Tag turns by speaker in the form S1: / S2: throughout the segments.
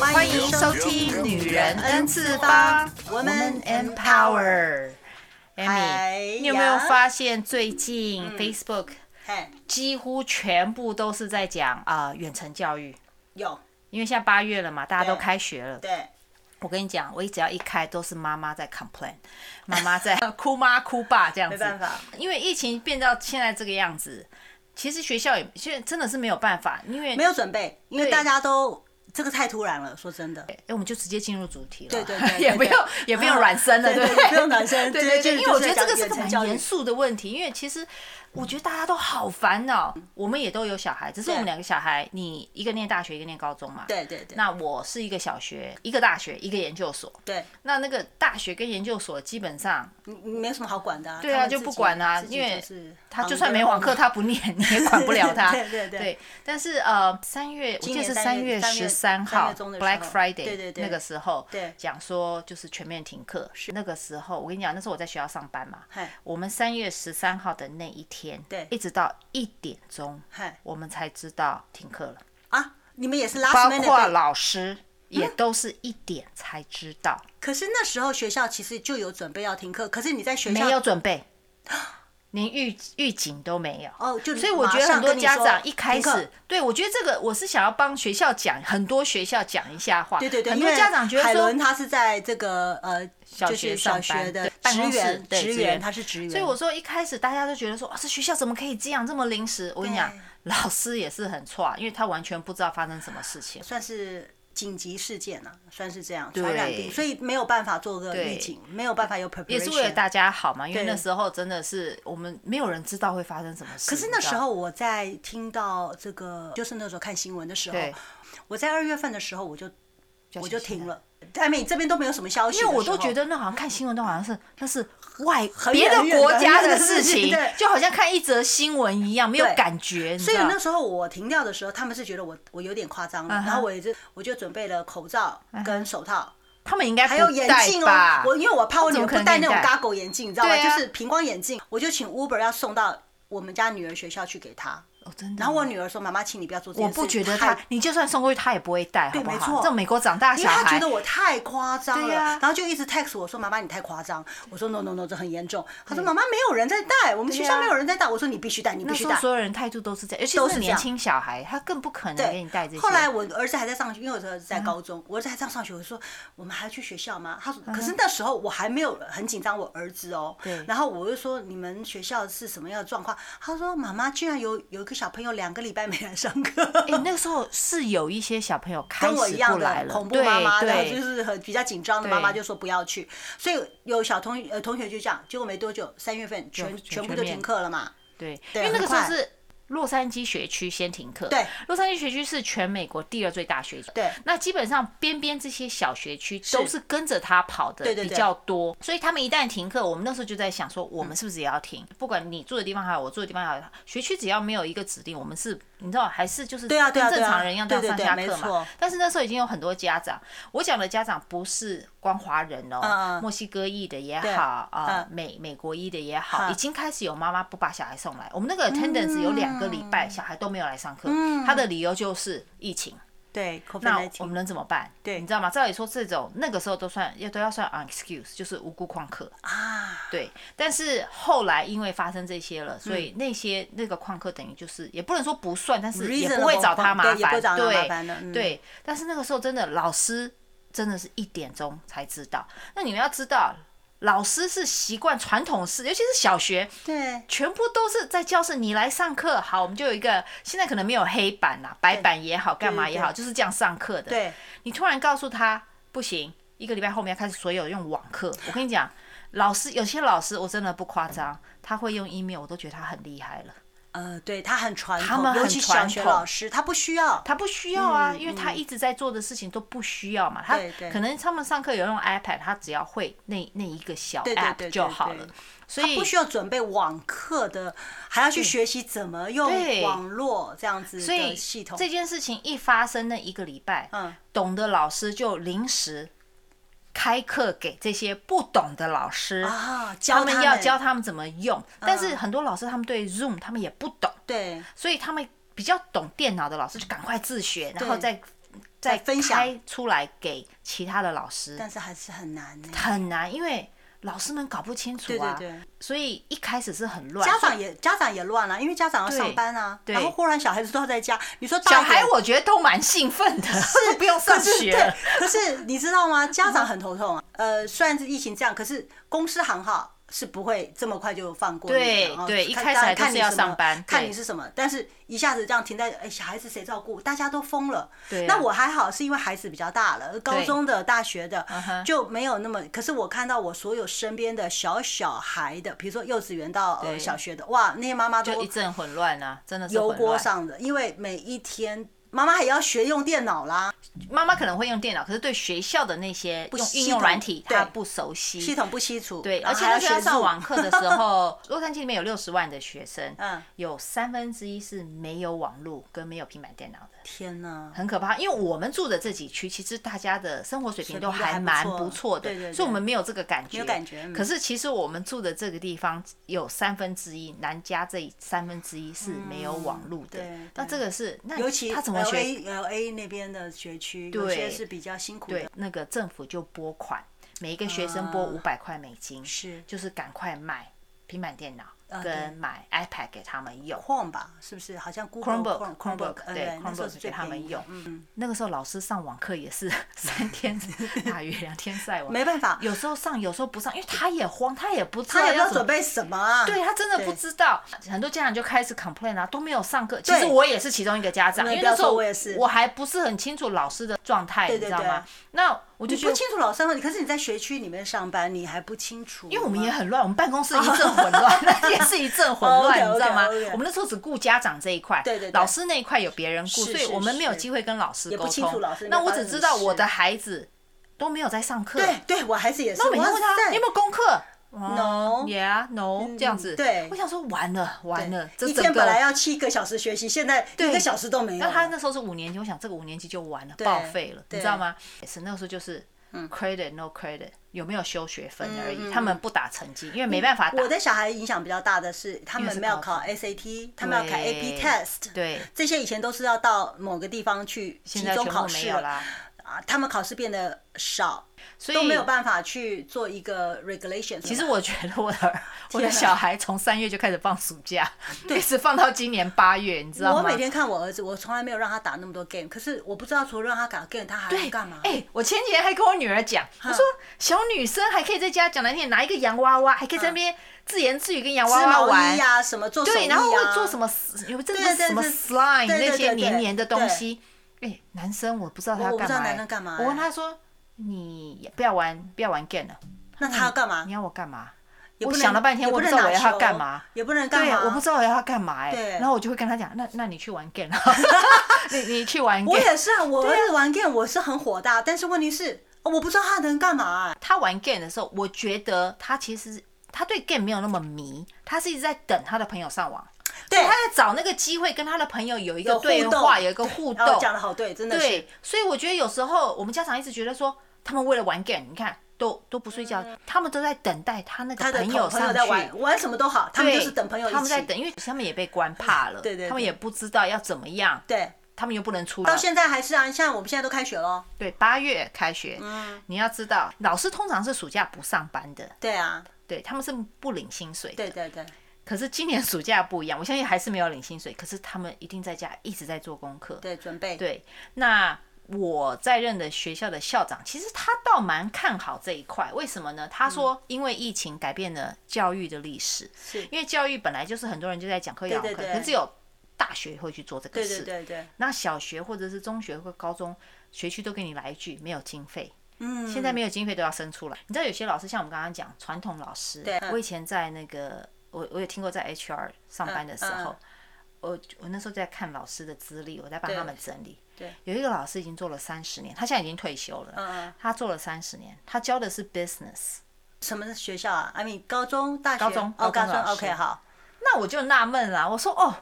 S1: 欢迎收听《女人 N 次方》，Woman Empower。
S2: 嗨
S1: Amy，你有没有
S2: 呀
S1: 发现最近 Facebook
S2: 嘿，
S1: 几乎全部都是在讲啊、呃远程教育？
S2: 有
S1: 因为现在八月了嘛，大家都
S2: 对
S1: 开学了。
S2: 对，
S1: 我跟你讲，我一只要一开，都是妈妈在 complain，妈妈在 哭妈哭爸这样子。
S2: 没办法，
S1: 因为疫情变到现在这个样子，其实学校也现在真的是没有办法，因为
S2: 没有准备，因为
S1: 对
S2: 大家都这个太突然了，说真的，
S1: 哎，我们就直接进入主题了，
S2: 对 对对对
S1: 也不
S2: 对
S1: 用也不用软身了，
S2: 对
S1: 对
S2: 对
S1: 不对？
S2: 不用软身
S1: 对
S2: 直
S1: 对
S2: 接
S1: 对，
S2: 就
S1: 因为我
S2: 就
S1: 觉
S2: 是
S1: 得这个是个
S2: 讲远程
S1: 蛮
S2: 教育
S1: 严肃的问题，因为其实我觉得大家都好烦恼，我们也都有小孩，只是我们
S2: 对
S1: 两个小孩，你一个念大学，一个念高中嘛，
S2: 对对对
S1: 那我是一个小学，一个大学，一个研究所，
S2: 对，
S1: 那那个大学跟研究所基本上
S2: 你你没什么好管的啊，
S1: 对啊
S2: 他们自己
S1: 就不管啊
S2: 自己
S1: 因为
S2: 就是
S1: 他就算没网课，他不念，你也管不了 他。
S2: 对对对
S1: 但是呃，三月我记得是
S2: 今年三
S1: 月
S2: 月
S1: 十三
S2: 三
S1: 号
S2: 月中的时候
S1: ，Black Friday，
S2: 对对对
S1: 那个时候，
S2: 对
S1: 讲说就是全面停课。是那个时候，我跟你讲，那时候我在学校上班嘛
S2: 嗨，
S1: 我们三月十三号的那一天，
S2: 对
S1: 一直到一点钟
S2: 嗨，
S1: 我们才知道停课了，
S2: 啊，你们也是 last
S1: 包
S2: minute
S1: 括
S2: 被
S1: 老师
S2: 啊
S1: 也都是一点才知道，
S2: 可是那时候学校其实就有准备要停课，可是你在学
S1: 没
S2: 校
S1: 有准备，连预预警都没有。
S2: 哦，就
S1: 所以我
S2: 马
S1: 觉得
S2: 上
S1: 很多
S2: 跟你
S1: 家
S2: 说
S1: 长一开
S2: 停课
S1: 始，对我觉得这个我是想要帮学校讲，很多学校讲一下话。
S2: 对对对，
S1: 很
S2: 因
S1: 多
S2: 为
S1: 家长觉得
S2: 海
S1: 说
S2: 伦，他是在这个呃
S1: 小
S2: 就
S1: 学
S2: 是
S1: 上
S2: 小
S1: 班
S2: 学的
S1: 对办
S2: 职
S1: 公室
S2: 员，
S1: 对
S2: 职
S1: 职员
S2: 员他是职员，
S1: 所以我说一开始大家都觉得说，哇，这学校怎么可以这样这么临时？我跟你讲
S2: 对，
S1: 老师也是很错，啊因为他完全不知道发生什么事情。
S2: 算是紧急事件呐、算是这样
S1: 对
S2: 传染病，所以没有办法做个预警，没有办法有 preparation。
S1: 也是为了大家好嘛，因为
S2: 对
S1: 那时候真的是我们没有人知道会发生什么事。
S2: 可是那
S1: 你知道
S2: 时候我在听到这个，就是那时候看新闻的时候
S1: 对，
S2: 我在二月份的时候我就我就
S1: 小心啊
S2: 停
S1: 了
S2: 了，艾美这边都没有什么消息
S1: 因
S2: 的时候，
S1: 为我都觉得那好像看新闻都好像是那是外别
S2: 远
S1: 的
S2: 很远
S1: 国
S2: 的
S1: 家
S2: 很
S1: 的
S2: 远的
S1: 事
S2: 事情
S1: 情
S2: 对，
S1: 就好像看一则新闻一样，没有
S2: 对
S1: 感觉。
S2: 所以那
S1: 呢，
S2: 时候我停掉的时候，他们是觉得我我有点夸张了
S1: 嗯哼
S2: 然后我也是我就准备了口罩跟手套。
S1: 他们应该
S2: 还有
S1: 不
S2: 眼
S1: 戴
S2: 镜哦
S1: 吧，
S2: 我因为我怕我
S1: 怎
S2: 女
S1: 么
S2: 儿
S1: 可
S2: 不
S1: 能
S2: 戴
S1: 给你
S2: 那种
S1: 戴
S2: Gago 眼镜，你知道吧？
S1: 对啊
S2: 就是平光眼镜，我就请 Uber 要送到我们家女儿学校去给她。
S1: 哦真的。
S2: 然后我女儿说：“妈妈，请你不要做这
S1: 我
S2: 件事。”
S1: 不觉得他，你就算送过去，他也不会戴，好
S2: 对
S1: 不
S2: 没
S1: 好？
S2: 错
S1: 这种美国长大的
S2: 因
S1: 啊小
S2: 为她
S1: 孩
S2: 觉，得我太夸张了，
S1: 对啊
S2: 然后就一直 text 我说：“妈妈，你太夸张。”我说：“No No No，这很严重。”她说：“妈妈，没有人在戴，我们学
S1: 对啊
S2: 校没有人在戴。”我说：“你必须戴，你
S1: 那
S2: 必须
S1: 时候
S2: 戴。
S1: 所有人态度都是这样，尤其
S2: 都
S1: 是
S2: 是这
S1: 年
S2: 样
S1: 轻小孩，他更不可能
S2: 对”
S1: 给你戴这些。
S2: 后来我儿子还在上学，因为我儿子在高中，我儿子还在上学。我说：“我们还要去学校吗？”他说：“可是那时候我还没有很紧张，我儿子哦。”
S1: 嗯对
S2: 然后我就说：“你们学校是什么样的状况？”他说：“妈妈，居然有有一个小朋友两个礼拜没来上课。”
S1: 哎，那个时候是有一些小朋友开
S2: 跟我
S1: 始
S2: 一
S1: 不
S2: 样
S1: 来
S2: 的
S1: 了，
S2: 恐怖妈妈，然后
S1: 对
S2: 就
S1: 对，
S2: 是很比较紧张的妈妈
S1: 对
S2: 就说不要去，所以有小同呃同学就这样，结果没多久三月份全
S1: 就全
S2: 全部就
S1: 面
S2: 停课了嘛，
S1: 对，因
S2: 对
S1: 为那个
S2: 很
S1: 时候
S2: 快
S1: 是洛杉矶学区先停课，
S2: 对，
S1: 洛杉矶学区是全美国第二最大学区，
S2: 对
S1: 那基本上边边这些小学区都是跟着他跑的
S2: 对对
S1: 比
S2: 对
S1: 较多，所以他们一旦停课，我们那时候就在想说，我
S2: 嗯
S1: 们是不是也要停？不管你住的地方还有我住的地方还有学区，只要没有一个指定，我们是你知道还是就是
S2: 对啊对啊
S1: 跟
S2: 对啊
S1: 正常人一样这样
S2: 对
S1: 上
S2: 对对
S1: 下
S2: 没
S1: 课嘛
S2: 错。
S1: 但是那时候已经有很多家长，我讲的家长不是光华人哦
S2: 嗯，嗯
S1: 墨西哥裔的也
S2: 对
S1: 好啊
S2: 嗯，
S1: 美美国裔的也好，
S2: 好
S1: 已经开始有妈妈不把小孩送来。我们那个 attendance 有两个礼拜，小孩都没有来上课，他的理由就是疫情。
S2: 对，
S1: 那我们能怎么办？
S2: 对
S1: 你知道吗？照理说这种那个时候都算要都要算 unexcuse，就是无辜旷课。
S2: 啊，
S1: 对，但是后来因为发生这些了，所以那些那个旷课等于就是也不能说不算，但是也
S2: Reasonable
S1: 不会找他
S2: 旷
S1: 麻
S2: 对也不
S1: 烦，
S2: 会找他
S1: 对
S2: 麻烦的嗯
S1: 对。但是那个时候真的老师真的是一点钟才知道，那你们要知道。老师是习惯传统式，尤其是小学，
S2: 对
S1: 全部都是在教室，你来上课，好，我们就有一个，现在可能没有黑板啦、白板也好，干嘛也好，就是这样上课的。
S2: 对，
S1: 你突然告诉他不行，一个礼拜后面要开始所有用网课，我跟你讲，老师有些老师我真的不夸张，他会用 email，我都觉得他很厉害了。
S2: 呃，对他很传
S1: 他们
S2: 统，
S1: 很
S2: 尤其小
S1: 传
S2: 学
S1: 统
S2: 老师他不需要，
S1: 他不需要啊，
S2: 嗯
S1: 因为他一直在做的事情都不需要嘛。他
S2: 对对
S1: 可能他们上课有用 iPad，他只要会那那一个小
S2: 对对对
S1: app
S2: 对
S1: 就好了
S2: 对。
S1: 所以
S2: 不需要准备网课的，还要去学习怎么用
S1: 对
S2: 网络这样子
S1: 所以
S2: 的系统，
S1: 这件事情一发生那一个礼拜，
S2: 嗯
S1: 懂的老师就临时开课给这些不懂的老师
S2: 啊，
S1: 他
S2: 教
S1: 们要教他们怎么用。但是
S2: 嗯
S1: 很多老师他们对 Zoom 他们也不懂，
S2: 对
S1: 所以他们比较懂电脑的老师就赶快自学，然后再再
S2: 分享
S1: 开出来给其他的老师，
S2: 但是还是很难呢、
S1: 很难，因为老师们搞不清楚
S2: 对对
S1: 啊，
S2: 对，
S1: 所以一开始是很乱。
S2: 家
S1: 所
S2: 长
S1: 以
S2: 也家长也乱了，因为家长要上班啊，
S1: 对
S2: 然后忽然小孩子都在家，你说大
S1: 小
S2: 一
S1: 孩
S2: 点
S1: 我觉得都蛮兴奋的， 都不用上学
S2: 可是
S1: 了
S2: 对，可是你知道吗？家长很头痛啊。呃，虽然是疫情这样，可是公司行号是不会这么快就放过你的
S1: 对
S2: 哦
S1: 对
S2: 看
S1: 一开始还
S2: 当然看
S1: 都
S2: 你
S1: 是要
S2: 什么
S1: 上班
S2: 看
S1: 对
S2: 你是什么，但是一下子这样停在，哎，小孩子谁照顾？大家都疯了。
S1: 对啊
S2: 那我还好，是因为孩子比较大了，高中的、大学的
S1: 嗯哼
S2: 就没有那么。可是我看到我所有身边的小小孩的，比如说幼稚园到呃
S1: 对
S2: 小学的，哇，那些妈妈
S1: 就
S2: 都
S1: 一阵混乱啊，真的是
S2: 油
S1: 混
S2: 锅
S1: 乱。
S2: 上的，因为每一天妈妈还要学用电脑啦。
S1: 妈妈可能会用电脑，可是对学校的那些用
S2: 系统
S1: 应用软体，
S2: 对
S1: 她不熟
S2: 系
S1: 悉。
S2: 统不清楚，
S1: 对，
S2: 然
S1: 而
S2: 后
S1: 且
S2: 还
S1: 那
S2: 要
S1: 时候
S2: 学
S1: 上
S2: 入
S1: 网课的时 候，洛杉矶里面有六十万的学生，
S2: 嗯
S1: 有三分之一是没有网络跟没有平板电脑的，
S2: 天哪，
S1: 很可怕。因为我们住的这几区，其实大家的生活水平
S2: 水平
S1: 都
S2: 都还
S1: 还
S2: 不
S1: 蛮
S2: 错
S1: 不错的，
S2: 对对对
S1: 所以我们没有这个感觉。
S2: 没有感觉嗯
S1: 可是其实我们住的这个地方有三分之一，南加这三分之一是没有网络的。
S2: 对嗯对
S1: 那这个是那
S2: 尤其
S1: 哎
S2: 呃
S1: 他怎么
S2: L
S1: 学
S2: A L A 那边的学区，有
S1: 对
S2: 些是比较辛苦
S1: 对
S2: 的，，
S1: 那个政府就拨款，每一个学生拨五百块美金，
S2: 啊是啊
S1: 就是赶快买平板电脑
S2: 对
S1: 跟买 iPad 给他们用。
S2: Chrome 吧，是不是？好像 Google
S1: Chromebook
S2: Chromebook，
S1: Chromebook
S2: 呃
S1: 对
S2: 那时
S1: Chromebook
S2: 候是
S1: 给
S2: 最
S1: 他们
S2: 便宜的
S1: 用，
S2: 嗯，
S1: 那个时候老师上网课也是 三 天打鱼两天晒网，
S2: 没办法，
S1: 有时候上有时候不上，因为他也慌，他也不知
S2: 他
S1: 道
S2: 也不知
S1: 要
S2: 道
S1: 怎
S2: 准
S1: 么。
S2: 备什么啊，
S1: 对他真的不
S2: 对
S1: 知道，很多家长就开始 complain 啊，都没有上课。其
S2: 对
S1: 实我也是其中一个家长，
S2: 那
S1: 因为
S2: 不要
S1: 那时候
S2: 说我也是
S1: 我还不是很清楚老师的状态，
S2: 对
S1: 你
S2: 对
S1: 知道
S2: 对
S1: 吗？那我就
S2: 你
S1: 觉得
S2: 不清楚老师问题，可是你在学区里面上班，你还不清楚吗，啊哦
S1: 因为我们也很乱，我们办公室一阵混 乱，那也是一阵混乱，
S2: 哦，OK，OK，OK
S1: 你知道吗？我们那时候只顾家长这一块，
S2: 对对对
S1: 老师那一块有别人顾，所
S2: 是
S1: 以
S2: 是
S1: 我们没有
S2: 是
S1: 机会跟老师
S2: 也不
S1: 沟
S2: 清楚
S1: 通
S2: 老师。
S1: 那我
S2: 发生
S1: 只
S2: 什
S1: 知
S2: 么
S1: 道我
S2: 事
S1: 的孩子都没有在上课，
S2: 对对，我孩子也是，
S1: 那我每天问他
S2: 哇塞
S1: 你有没有功课
S2: No 嗯
S1: yeah, no，这样子。
S2: 对
S1: 我想说完了完了，这
S2: 一
S1: 整
S2: 天本来
S1: 个。
S2: 要七个小时学习，现在一个小时都没有
S1: 那
S2: 了，
S1: 他那时候是五年级，我想这个五年级就完了，
S2: 对
S1: 报废了，你
S2: 对嗯
S1: 知道吗？也是那个时候就是。credit no credit 有没有修学分而已，他们不打成绩，因为没办法打。
S2: 我的小孩影响比较大的是，他
S1: 因为
S2: 们
S1: 是
S2: 没有
S1: 高
S2: 考 SAT，他们要考 AP test，
S1: 对，
S2: 这些以前都是要到某个地方去集
S1: 现在全
S2: 中考
S1: 部没
S2: 试
S1: 有啦，
S2: 啊，他们考试变得少，
S1: 所以
S2: 都没有办法去做一个 regulation。
S1: 其
S2: 其
S1: 实我觉得我 的我的小孩从三月就开始放暑假， 一直放到今年八月，你知道吗？哎
S2: 我每天看我儿子，我从来没有让他打那么多 game，可是我不知道除了让他打 game，他还能干嘛？
S1: 哎、我前几天还跟我女儿讲，我说小女生还可以在家讲难听，拿一个洋娃娃，还可以在那边自言自语跟洋
S2: 嗯织
S1: 娃娃
S2: 毛
S1: 玩
S2: 衣。呀、啊什么做手
S1: 对，
S2: 艺
S1: 然后
S2: 呀、
S1: 会做什么丝？有真
S2: 对
S1: 的
S2: 对
S1: 什么
S2: 对
S1: slime
S2: 对对
S1: 那些
S2: 对对
S1: 黏黏的东西？哎，男生我不知道他
S2: 我我不
S1: 干
S2: 知道
S1: 嘛
S2: 男
S1: 欸。
S2: 生干嘛
S1: 我问
S2: 欸
S1: 他说：“你不要玩，不要玩 game 了，
S2: 那他要干嘛
S1: 你？要我干嘛？”
S2: 也
S1: 嗯我
S2: 不能
S1: 想了半天，
S2: 也
S1: 我
S2: 不
S1: 不
S2: 能
S1: 知道我要
S2: 打
S1: 他
S2: 球
S1: 干嘛。
S2: 也不能干
S1: 对，
S2: 嘛。
S1: 我不知道我要他干嘛哎、
S2: 对
S1: 然后我就会跟他讲，那那你去玩 game，你 你去玩
S2: 我
S1: game。
S2: 也是啊，我儿子玩 game 我是很火大，但是问题是哦我不知道他能干嘛、哎
S1: 他玩 game 的时候，我觉得他其实他对 game 没有那么迷，他是一直在等他的朋友上网，
S2: 对哦
S1: 他在找那个机会跟他的朋友有一
S2: 有
S1: 个
S2: 互
S1: 对
S2: 动
S1: 话，有一个互
S2: 然后
S1: 动。
S2: 讲的好对，真的是。
S1: 对，所以我觉得有时候我们家长一直觉得说，他们为了玩 game，你看都都不睡觉，他们都在等待他那
S2: 嗯他
S1: 个
S2: 的
S1: 友
S2: 朋友
S1: 上
S2: 在
S1: 去。
S2: 玩，玩什么都好，他们
S1: 对，
S2: 就是等朋友一起。
S1: 他们在等，因为他们也被关怕了，
S2: 对对对
S1: 他们也不知道要怎么样，
S2: 对，
S1: 他们又不能出
S2: 到
S1: 门。
S2: 现在还是啊，像我们现在都开学了。
S1: 对，八月开学，
S2: 嗯
S1: 你要知道，老师通常是暑假不上班的，
S2: 对啊，
S1: 对他们是不领薪水的。
S2: 对对对，
S1: 可是今年暑假不一样，我相信还是没有领薪水，可是他们一定在家一直在做功课。
S2: 对准备。
S1: 对，那我在任的学校的校长，其实他倒蛮看好这一块。为什么呢？他
S2: 嗯
S1: 说，因为疫情改变了教育的历史，
S2: 是
S1: 因为教育本来就是很多人就在讲课要
S2: 对
S1: 课，
S2: 对对
S1: 可是只有大学会去做这个
S2: 对
S1: 事。
S2: 对对对，
S1: 那小学或者是中学或高中学区都给你来一句没有经费。嗯，现在没有经费都要生出来。你知道有些老师像我们刚刚讲传统老师，
S2: 对
S1: 我以前在那个我我有听过在 HR 上班的时候，
S2: 嗯
S1: 我我那时候在看老师的资历，我在帮
S2: 对
S1: 他们整理。
S2: 对，
S1: 有一个老师已经做了三十年，他现在已经退休了。
S2: 嗯嗯
S1: 他做了三十年，他教的是 business。
S2: 什么学校啊？I mean，高中、大学、
S1: 高中
S2: 哦，
S1: 高
S2: 高
S1: 中
S2: 中
S1: 老师
S2: OK 好，
S1: 那我就纳闷啦，我说哦，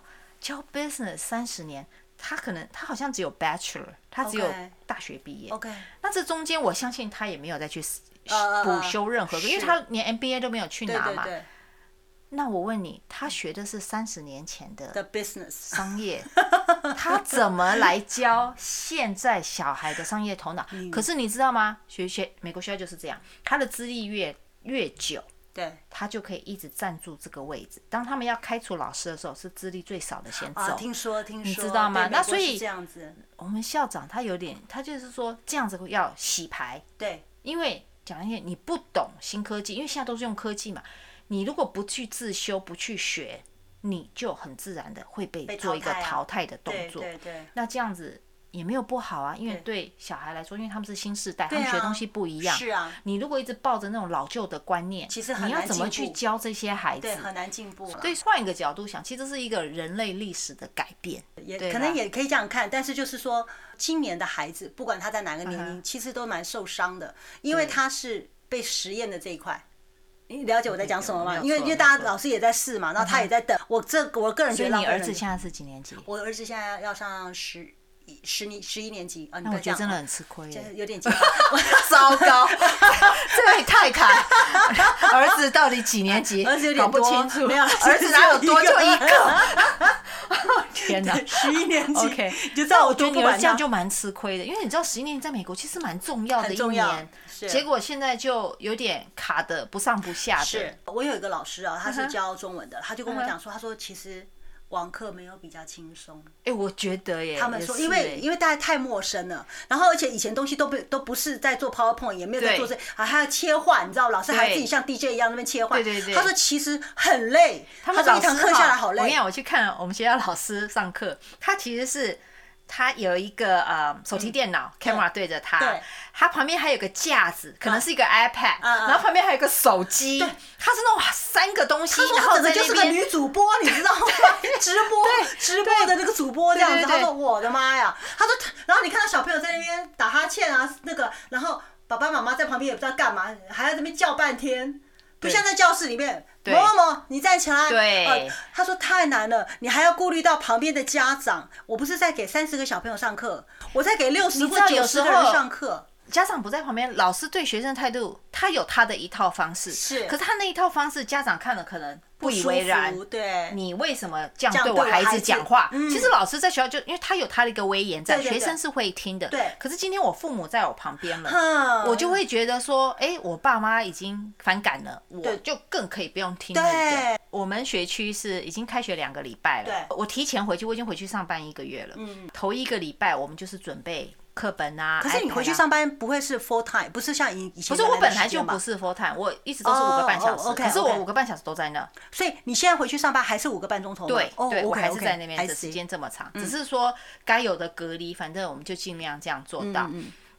S1: 教 business 三十年，他可能他好像只有 bachelor，他只有
S2: OK
S1: 大学毕业。
S2: OK
S1: 那这中间，我相信他也没有再去
S2: 呃
S1: 补修任何个，
S2: 是
S1: 因为他连 MBA 都没有去
S2: 对
S1: 拿
S2: 对
S1: 嘛。
S2: 对
S1: 那我问你，他学的是三十年前的
S2: 的 business
S1: 商业 他怎么来教现在小孩的商业头脑？
S2: 嗯
S1: 可是你知道吗？学学美国学校就是这样，他的资历越越久，
S2: 对
S1: 他就可以一直站住这个位置。当他们要开除老师的时候，是资历最少的先
S2: 啊，
S1: 走。
S2: 听说听说，
S1: 知道吗
S2: 对美
S1: 那
S2: 国
S1: 所
S2: 是
S1: 以
S2: 这样子，
S1: 我们校长他有点，他就是说这样子要洗牌，
S2: 对
S1: 因为讲一些你不懂新科技，因为现在都是用科技嘛，你如果不去自修、不去学，你就很自然的会被
S2: 被
S1: 做一个
S2: 淘汰啊
S1: 淘汰的动
S2: 对
S1: 作。
S2: 对对，
S1: 那这样子也没有不好啊，因为对小孩来说，因为他们是新时代，他们
S2: 啊
S1: 学东西不一样。
S2: 是啊，
S1: 你如果一直抱着那种老旧的观念，
S2: 其实很
S1: 你要
S2: 难
S1: 怎么
S2: 进
S1: 去
S2: 步
S1: 教这些孩子
S2: 对？很难进步了。
S1: 对，换一个角度想，其实这是一个人类历史的改变。
S2: 也
S1: 对
S2: 可
S1: 啦
S2: 能也可以这样看，但是就是说，今年的孩子，不管他在哪个年
S1: 嗯
S2: 龄，其实都蛮受伤的，因为他是被实验的这一块。你了解我在讲什么
S1: 没
S2: 吗？
S1: 有
S2: 因
S1: 错
S2: 为因为
S1: 嗯没
S2: 大
S1: 错嗯
S2: 家老师也在试嘛，然后他也在等。我这我个人
S1: 所
S2: 觉得
S1: 以
S2: 浪
S1: 你
S2: 费
S1: 儿
S2: 人
S1: 子
S2: 力
S1: 现在是几年级？
S2: 我儿子现在要上十一十年十一年级啊，你
S1: 那
S2: 不
S1: 我
S2: 要这
S1: 觉得
S2: 样
S1: 真的
S2: 啊，
S1: 很吃亏耶。
S2: 有点紧 张。
S1: 糟糕，这个也太卡。儿子到底几年级？
S2: 儿子有点
S1: 搞不
S2: 多
S1: 清楚。
S2: 没有
S1: 儿子哪有多
S2: 只有
S1: 就
S2: 一
S1: 一
S2: 个
S1: 个？ 天 哪！
S2: 十一年级
S1: OK，
S2: 你就知道
S1: 我
S2: 我
S1: 觉
S2: 多
S1: 得
S2: 不
S1: 你儿
S2: 管
S1: 子这样
S2: 他。
S1: 就蛮吃亏的，因为你知道十一年在美国其实蛮重要的
S2: 很
S1: 一
S2: 重要
S1: 年，
S2: 是
S1: 结果现在就有点卡的不上不下的。
S2: 是我有一个老师啊，他
S1: 嗯
S2: 是
S1: 哼
S2: 教中文的，他就跟我
S1: 嗯哼
S2: 讲说，他说其实网课没有比较轻松。
S1: 哎、我觉得耶，
S2: 他们说，
S1: 也
S2: 因
S1: 是欸耶
S2: 为因为大家太陌生了，然后而且以前东西都不都不是在做 PowerPoint，也没有在
S1: 对
S2: 做这啊，还要切换，你知道，老师还自己像 DJ 一样那边切换。
S1: 对对对
S2: 他说其实很累，
S1: 他
S2: 他
S1: 们
S2: 说
S1: 老
S2: 一
S1: 师
S2: 堂课下来
S1: 哈
S2: 好
S1: 我跟你
S2: 累。
S1: 讲，我去看我们学校老师上课，他其实是他有一个呃手提电脑、camera 对着他
S2: 嗯对，
S1: 他旁边还有个架子，可能是一个 iPad，、
S2: 啊啊
S1: 然后旁边还有个手机，他是那种三个东西
S2: 他，说
S1: 然
S2: 他
S1: 后
S2: 整
S1: 在
S2: 个就
S1: 那
S2: 是个
S1: 边。
S2: 女主播，你知道吗？直播直播的那个主播这样
S1: 对
S2: 子。
S1: 对
S2: 他
S1: 对
S2: 说我的妈呀！他说，然后你看到小朋友在那边打哈欠啊，那个，然后爸爸妈妈在旁边也不知道干嘛，还在那边叫半天。不像在教室里面，某
S1: 对
S2: 某某，你站起来。
S1: 对
S2: 呃他说太难了，你还要顾虑到旁边的家长。我不是在给三十个小朋友上课，我在给六十
S1: 你知
S2: 或
S1: 道
S2: 九
S1: 有
S2: 十
S1: 时
S2: 个人
S1: 候
S2: 上课。
S1: 家长不在旁边，老师对学生态度，他有他的一套方式，
S2: 是
S1: 可是他那一套方式，家长看了可能不以
S2: 舒
S1: 为然
S2: 服。对，
S1: 你为什么这
S2: 这
S1: 样
S2: 样
S1: 对我
S2: 对我
S1: 孩
S2: 孩
S1: 子
S2: 子
S1: 讲话？
S2: 嗯
S1: 其实老师在学校就，因为他有他的一个威严在，
S2: 对对对
S1: 学生是会听的。
S2: 对
S1: 可是今天我父母在我旁边了，
S2: 哼
S1: 我就会觉得说，哎、我爸妈已经反感了，我就更可以不用听你的
S2: 对。
S1: 我们学区是已经开学两个礼拜了，
S2: 对
S1: 我提前回去，我已经回去上班一个月了。嗯，头一个礼拜我们就是准备课本啊，
S2: 可是你回去
S1: iPad 啊
S2: 上班不会是 full time，不是像以以前
S1: 不是我
S2: 原来
S1: 本
S2: 的
S1: 来
S2: 时间
S1: 就
S2: 吧
S1: 不，是 full time，我一直都是五
S2: 哦
S1: 个半小时，
S2: 哦，OK，
S1: 可是我
S2: OK
S1: 五个半小时都在那。
S2: 所以你现在回去上班还是五个半钟头吗？
S1: 对，
S2: 哦
S1: 对我
S2: OK，
S1: 还是
S2: OK，
S1: 在那边
S2: I
S1: 的
S2: see 嗯
S1: 时。间这么长，只是说该有的隔离，反正我们就尽量这样做
S2: 嗯
S1: 到。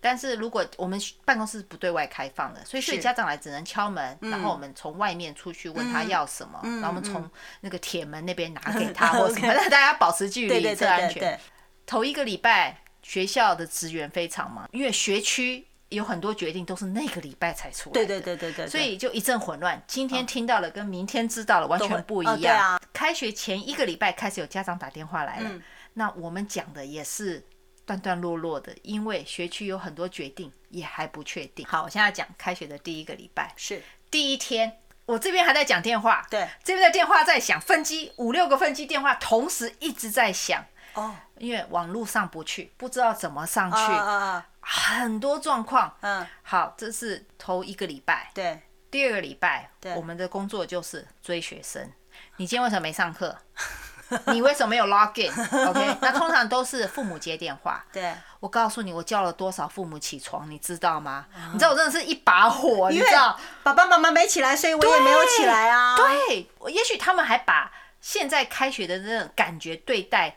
S1: 但是如果我们办公室不对外开放的，所以所以
S2: 是嗯
S1: 家长来只能敲门，然后我们从外面出去问他要什么，然后我们从那个铁门那 边拿给他或什么，让大家保持距
S2: 对对
S1: 离，这
S2: 对
S1: 安
S2: 对
S1: 全
S2: 对。，
S1: 头一个礼拜学校的职员非常忙，因为学区有很多决定都是那个礼拜才出来的，
S2: 对对对对对，嗯
S1: 所以就一阵混乱。今天听到了，跟明天知道了完
S2: 都会
S1: 全不一
S2: 哦对
S1: 样。
S2: 啊
S1: 开学前一个礼拜开始有家长打电话来了，那我们讲的也是段段落落的，因为学区有很多决定也还不确定。好，我现在讲开学的第一个礼拜，
S2: 是
S1: 第一天。我这边还在讲电话，
S2: 对
S1: 这边的电话在响，分机五六个分机电话同时一直在响，
S2: 哦，
S1: 因为网络上不去，不知道怎么上去，
S2: 啊啊啊，
S1: 很多状况。
S2: 嗯，
S1: 好，这是头一个礼拜，
S2: 对，
S1: 第二个礼拜，
S2: 对
S1: 我们的工作就是追学生。你今天为什么没上课？ 你为什么没有 log in？OK，、那通常都是父母接电话。
S2: 对，
S1: 我告诉你，我叫了多少父母起床，你知道吗？你知道我真的是一把火，你
S2: 因为
S1: 知道？
S2: 爸爸妈妈没起来，所以我也没有起来啊。
S1: 对，我也许他们还把现在开学的那种感觉对待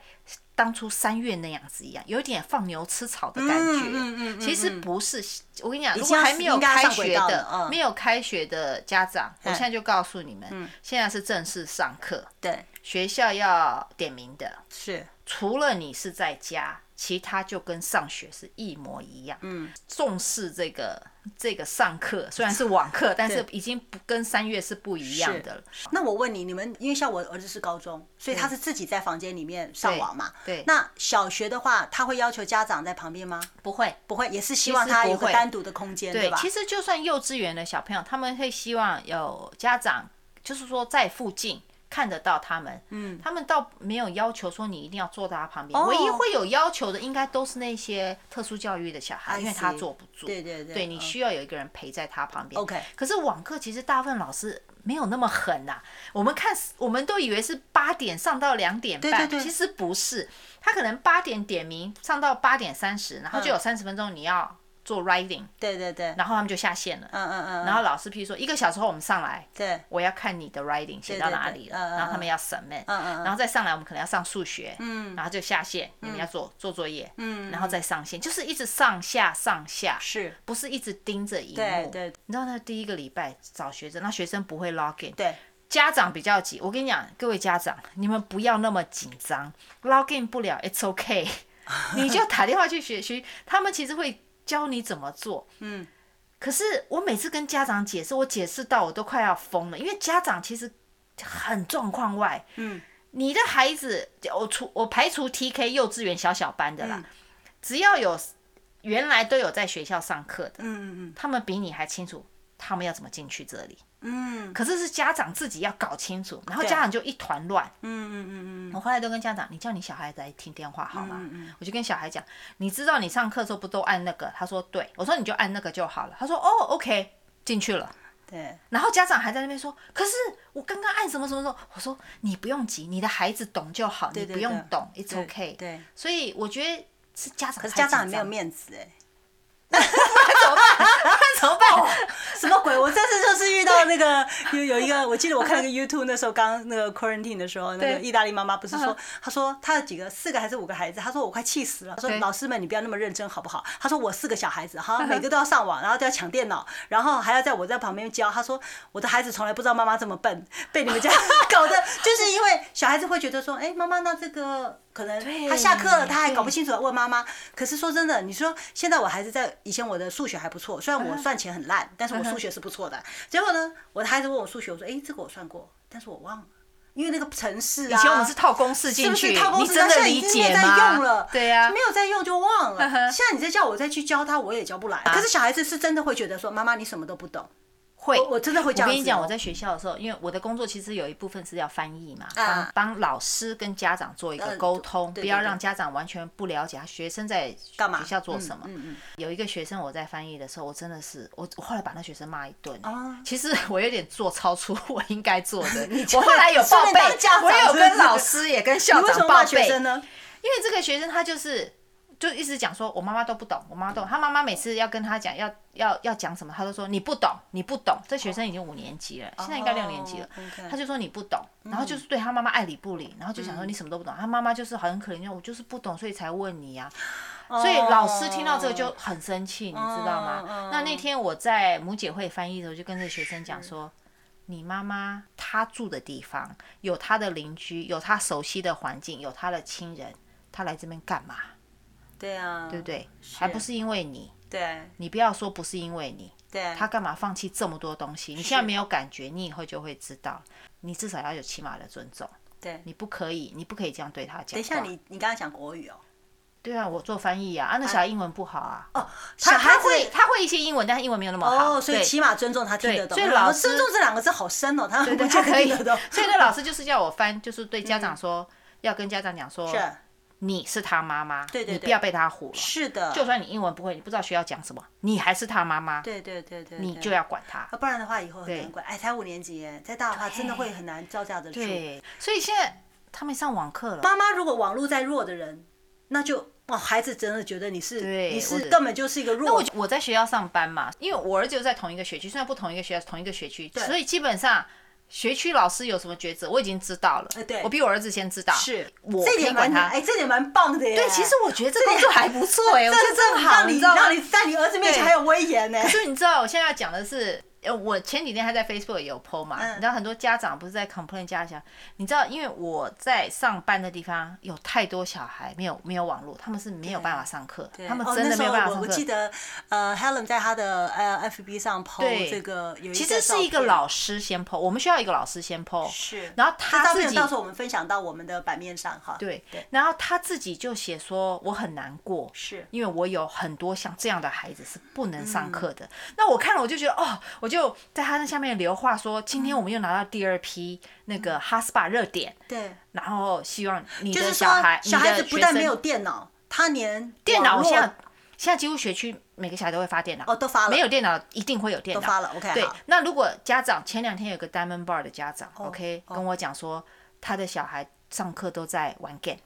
S1: 当初三月那样子一样，有点放牛吃草的感觉。
S2: 嗯嗯嗯
S1: 其实不是，我跟你讲，如
S2: 经
S1: 果还没有开
S2: 应该上轨
S1: 学
S2: 道
S1: 的
S2: 了、嗯
S1: 没有开学的家长，我
S2: 嗯
S1: 现在就告诉你们，现在是正式上课，
S2: 对，
S1: 学校要点名的，
S2: 是，
S1: 除了你是在家。其他就跟上学是一模一样，嗯，重视这个这个上课，虽然是网课，但是已经不跟三月是不一样的了。
S2: 那我问你，你们因为像我儿子是高中，所以他是自己在房间里面上网嘛？
S1: 对对
S2: 那小学的话，他会要求家长在旁边吗？
S1: 不会，
S2: 不会，也是
S1: 其
S2: 希
S1: 实
S2: 望他
S1: 不
S2: 有个
S1: 会
S2: 单独的空间，
S1: 对，
S2: 吧
S1: 其？实就算幼稚园的小朋友，他们会希望有家长，就是说在附近看得到他们，嗯，他们倒没有要求说你一定要坐在他旁边，
S2: 哦
S1: 唯一会有要求的应该都是那些特殊教育的小孩，因为他坐不住，
S2: 对对对，嗯
S1: 对你需要有一个人陪在他旁边。
S2: OK
S1: 可是网课其实大部分老师没有那么狠呐、我们看我们都以为是八点上到两点半，
S2: 对对对
S1: 其实不是，他可能八点点名上到八点三十，然后
S2: 嗯
S1: 就有三十分钟你要做 writing，、
S2: 对对对，嗯
S1: 然后他们就下线了。
S2: 嗯嗯，
S1: 然后老师譬如说一个小时后我们上来，
S2: 对，
S1: 我要看你的 writing 写到哪里了，
S2: 对对对嗯
S1: 然后他们要 submit，、
S2: 嗯嗯
S1: 然后再上来我们可能要上数学，嗯，然后就下线，你们要做、做作业，嗯，然后再上线，就是一直上下上下，
S2: 是
S1: 不是一直盯着荧
S2: 对
S1: 幕？
S2: 对
S1: 你知道那第一个礼拜找学生，那学生不会 login，
S2: 对，
S1: 家长比较急。我跟你讲，各位家长，你们不要那么紧张，login 不了，it's okay，你就打电话去学学，他们其实会教你怎么做。嗯。可是我每次跟家长解释，我解释到我都快要疯了，因为家长其实很状况外。
S2: 嗯。
S1: 你的孩子，我除我排除 TK 幼稚园小小班的啦，只要有原来都有在学校上课的，
S2: 嗯嗯
S1: 他们比你还清楚他们要怎么进去这里。
S2: 嗯
S1: 可是是家长自己要搞清楚，然后
S2: 对
S1: 家长就一团乱。
S2: 嗯嗯嗯嗯
S1: 我后来都跟家长，你叫你小孩来听电话好吗？
S2: 嗯
S1: 我就跟小孩讲，你知道你上课的时候不都按那个？他说对，我说你就按那个就好了。他说哦，OK，进去了。
S2: 对，
S1: 然后家长还在那边说，可是我刚刚按什么什么什么。我说你不用急，你的孩子懂就好，
S2: 对
S1: 你
S2: 对
S1: 不用
S2: 对
S1: 懂，it's
S2: 对
S1: OK。
S2: 对，
S1: 所以我觉得是家长太
S2: 可是
S1: 紧张，
S2: 家长也没有面子哎，
S1: 怎么办？怎么
S2: 哦
S1: 办？
S2: 什么鬼？我这次就是遇到那个有有一个，我记得我看那个 YouTube 那时候刚那个 quarantine 的时候，那个
S1: 对
S2: 意大利妈妈不是说
S1: 嗯，
S2: 她说她有几个四个还是五个孩子，她说我快气死了，说
S1: 对
S2: 老师们你不要那么认真好不好？她说我四个小孩子，哈，每个都要上网，然后都要抢电脑，然后还要在我在旁边教。她说我的孩子从来不知道妈妈这么笨，被你们这样 搞的，就是因为小孩子会觉得说，哎，妈妈那这个。可能
S1: 对
S2: 他下课了，他还
S1: 对
S2: 搞不清楚，问妈妈。可是说真的，你说现在我还是在以前我的数学还不错，虽然我
S1: 嗯
S2: 算钱很烂，但是我数学是不错的。结果呢，我的孩子问我数学，我说：“哎，这个我算过，但是我忘了，因为那个城市啊，
S1: 以前我们是套公式进
S2: 是
S1: 去，
S2: 不是套公
S1: 你
S2: 式
S1: 真
S2: 它现
S1: 的
S2: 在
S1: 理
S2: 已经没
S1: 解
S2: 有在
S1: 吗？
S2: 用了，
S1: 对啊呀、
S2: 没有在用就忘了。
S1: 嗯哼啊
S2: 现在你再叫我再去教他，我也教不来。可是小孩子是真的会觉得说，妈妈你什么都不懂。
S1: 会。
S2: 我我真的会这
S1: 我
S2: 样
S1: 跟你
S2: 子
S1: 讲，
S2: 哦
S1: 我在学校的时候，因为我的工作其实有一部分是要翻译嘛，帮
S2: 啊
S1: 帮老师跟家长做一个
S2: 嗯
S1: 沟通，
S2: 对
S1: 不
S2: 对
S1: 要
S2: 对
S1: 让家长完全不了解学生在
S2: 干嘛？
S1: 学校做什么。
S2: 嗯嗯
S1: 有一个学生我在翻译的时候，我真的是我我后来把那学生骂一顿。
S2: 啊
S1: 其实我有点做超出 我应该做的，
S2: 就
S1: 我后来有报
S2: 顺便
S1: 备
S2: 当家，长
S1: 我有
S2: 是不
S1: 跟
S2: 是
S1: 老师也跟校
S2: 你为什
S1: 长
S2: 么
S1: 报
S2: 骂学
S1: 备。
S2: 生呢？
S1: 因为这个学生他就是就一直讲说，我妈妈都不懂，我妈妈都不懂，他妈妈每次要跟他讲要要要讲什么，他都说你不懂，你不懂。这学生已经五年级了，现在应该六年级了
S2: 哦，OK
S1: 他就说你不懂，然后就是对他妈妈爱理不理，然后就想说你什么都不懂，他妈妈就是很可怜，就我就是不懂，所以才问你呀、所以老师听到这个就很生气，你知道吗？那那天我在母姐会翻译的时候，就跟这学生讲说，你妈妈她住的地方有她的邻居，有她熟悉的环境，有她的亲人，她来这边干嘛？
S2: 对啊，
S1: 对不对？还不是因为你，
S2: 对
S1: 你不要说不是因为你，
S2: 对，
S1: 她干嘛放弃这么多东西？你现在没有感觉，你以后就会知道，你至少要有起码的尊重。
S2: 对
S1: 你不可以，你不可以这样对她讲话。
S2: 等一下你你刚刚讲国语哦，
S1: 对啊，我做翻译啊，啊，那小孩英文不好啊。
S2: 哦，
S1: 他
S2: 小孩
S1: 他
S2: 子
S1: 会他会一些英文，但他英文没有那么好，
S2: 哦，所以
S1: 对
S2: 起码尊重他听得懂。
S1: 对所以
S2: 然后
S1: 老师
S2: 尊重这两个字好深哦，他
S1: 对对，
S2: 就
S1: 他可以。
S2: 听得懂。
S1: 所以那老师就是叫我翻，就是对家长说，要跟家长讲说，
S2: 嗯是
S1: 你是他妈妈，
S2: 对对
S1: 你
S2: 对
S1: 不要被他唬了。
S2: 是的，
S1: 就算你英文不会，你不知道学校讲什么，你还是他妈妈，
S2: 对对对对，
S1: 你
S2: 对
S1: 就要管他。
S2: 啊，不然的话以后很难管。哎，才五年级耶，再大的话真的会很难招架得住。
S1: 对，所以现在他们上网课了，
S2: 妈妈如果网络再弱的人，那就哇，孩子真的觉得你是
S1: 对
S2: 你
S1: 我
S2: 是
S1: 的
S2: 根本就是一个弱
S1: 我。我在学校上班嘛，因为我儿子又在同一个学区，虽然不同一个学校，同一个学区，所以基本上学区老师有什么抉择，我已经知道了。
S2: 哎对
S1: 我比我儿子先知道，
S2: 是，
S1: 我
S2: 这
S1: 可以
S2: 点
S1: 管
S2: 蛮
S1: 他。
S2: 哎，这点蛮棒的耶。对
S1: 其实我觉得这工作还不错哎、我觉
S2: 这
S1: 得
S2: 这
S1: 很好，
S2: 让你
S1: 知道吗
S2: 让你在你儿子面前
S1: 对
S2: 还有威 严呢。
S1: 就你知道我现在要讲的是，呃，我前几天还在 Facebook 也有 PO 嘛，
S2: 嗯
S1: 你知道很多家长不是在 complain 家长，你知道因为我在上班的地方有太多小孩没有没有网络，他们是没有办法上课，他们
S2: 哦
S1: 真
S2: 那
S1: 的
S2: 时
S1: 没
S2: 候
S1: 有办法
S2: 我
S1: 上
S2: 我
S1: 课。
S2: 记得，呃，Helen 在她的呃 FB 上 PO
S1: 对
S2: 这个有一
S1: 其
S2: 个
S1: 实是一
S2: 照
S1: 个
S2: 片
S1: 老师先 PO，我们需要一个老师先 PO，
S2: 是，
S1: 然后
S2: 这
S1: 他
S2: 照
S1: 自
S2: 片
S1: 己
S2: 到时候我们分享到我们的版面上哈。
S1: 对
S2: 对，
S1: 然后他自己就写说我很难过，
S2: 是嗯
S1: 因为我有很多像这样的孩子是不能上课的。那我看了我就觉得哦，我就就在他那下面留话说，今天我们又拿到第二批那
S2: 嗯
S1: 个哈斯巴热点，
S2: 对，
S1: 然后希望你
S2: 就
S1: 的
S2: 是
S1: 小
S2: 说
S1: 孩，
S2: 小
S1: 你
S2: 孩
S1: 的
S2: 子不
S1: 学
S2: 但
S1: 生
S2: 没有电脑，他连
S1: 电脑
S2: 网络
S1: 现在现在几乎学区每个小孩都会发电脑，
S2: 哦都发了
S1: 没有电脑一定会有电
S2: 都
S1: 脑。
S2: 发了，OK，
S1: 对
S2: 好，
S1: 那如果家长前两天有个 Diamond Bar 的家长、o k
S2: 哦
S1: 跟我讲说他的小孩上课都在玩 game，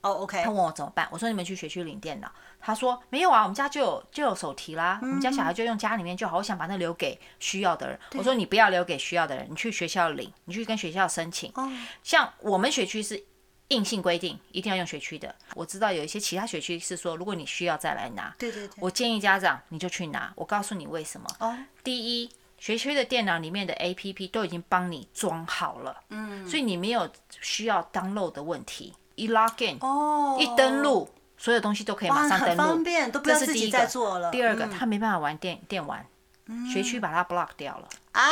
S2: 哦，OK，
S1: 他问我怎么办，我说你们去学区领电脑，他说没有啊，我们家就有就有手提啦，我们家小
S2: 嗯
S1: 孩就用家里面就好，我想把那留给需要的人。我说你不要留给需要的人，你去学校领，你去跟学校申请。
S2: 哦，
S1: 像我们学区是硬性规定一定要用学区的，我知道有一些其他学区是说，如果你需要再来拿。
S2: 对对对，
S1: 我建议家长你就去拿，我告诉你为什么。
S2: 哦，
S1: 第一，学区的电脑里面的 APP 都已经帮你装好了，嗯，所以你没有需要 download 的问题。一 login，
S2: 哦，
S1: 一登录，所有东西都可以
S2: 哇，
S1: 马上
S2: 很
S1: 登
S2: 方
S1: 录，
S2: 便，都不
S1: 这
S2: 要
S1: 是
S2: 自
S1: 第
S2: 己
S1: 一个
S2: 再做了。嗯
S1: 第二个，他没办法玩电电玩，学区把它 block 掉了，
S2: 啊，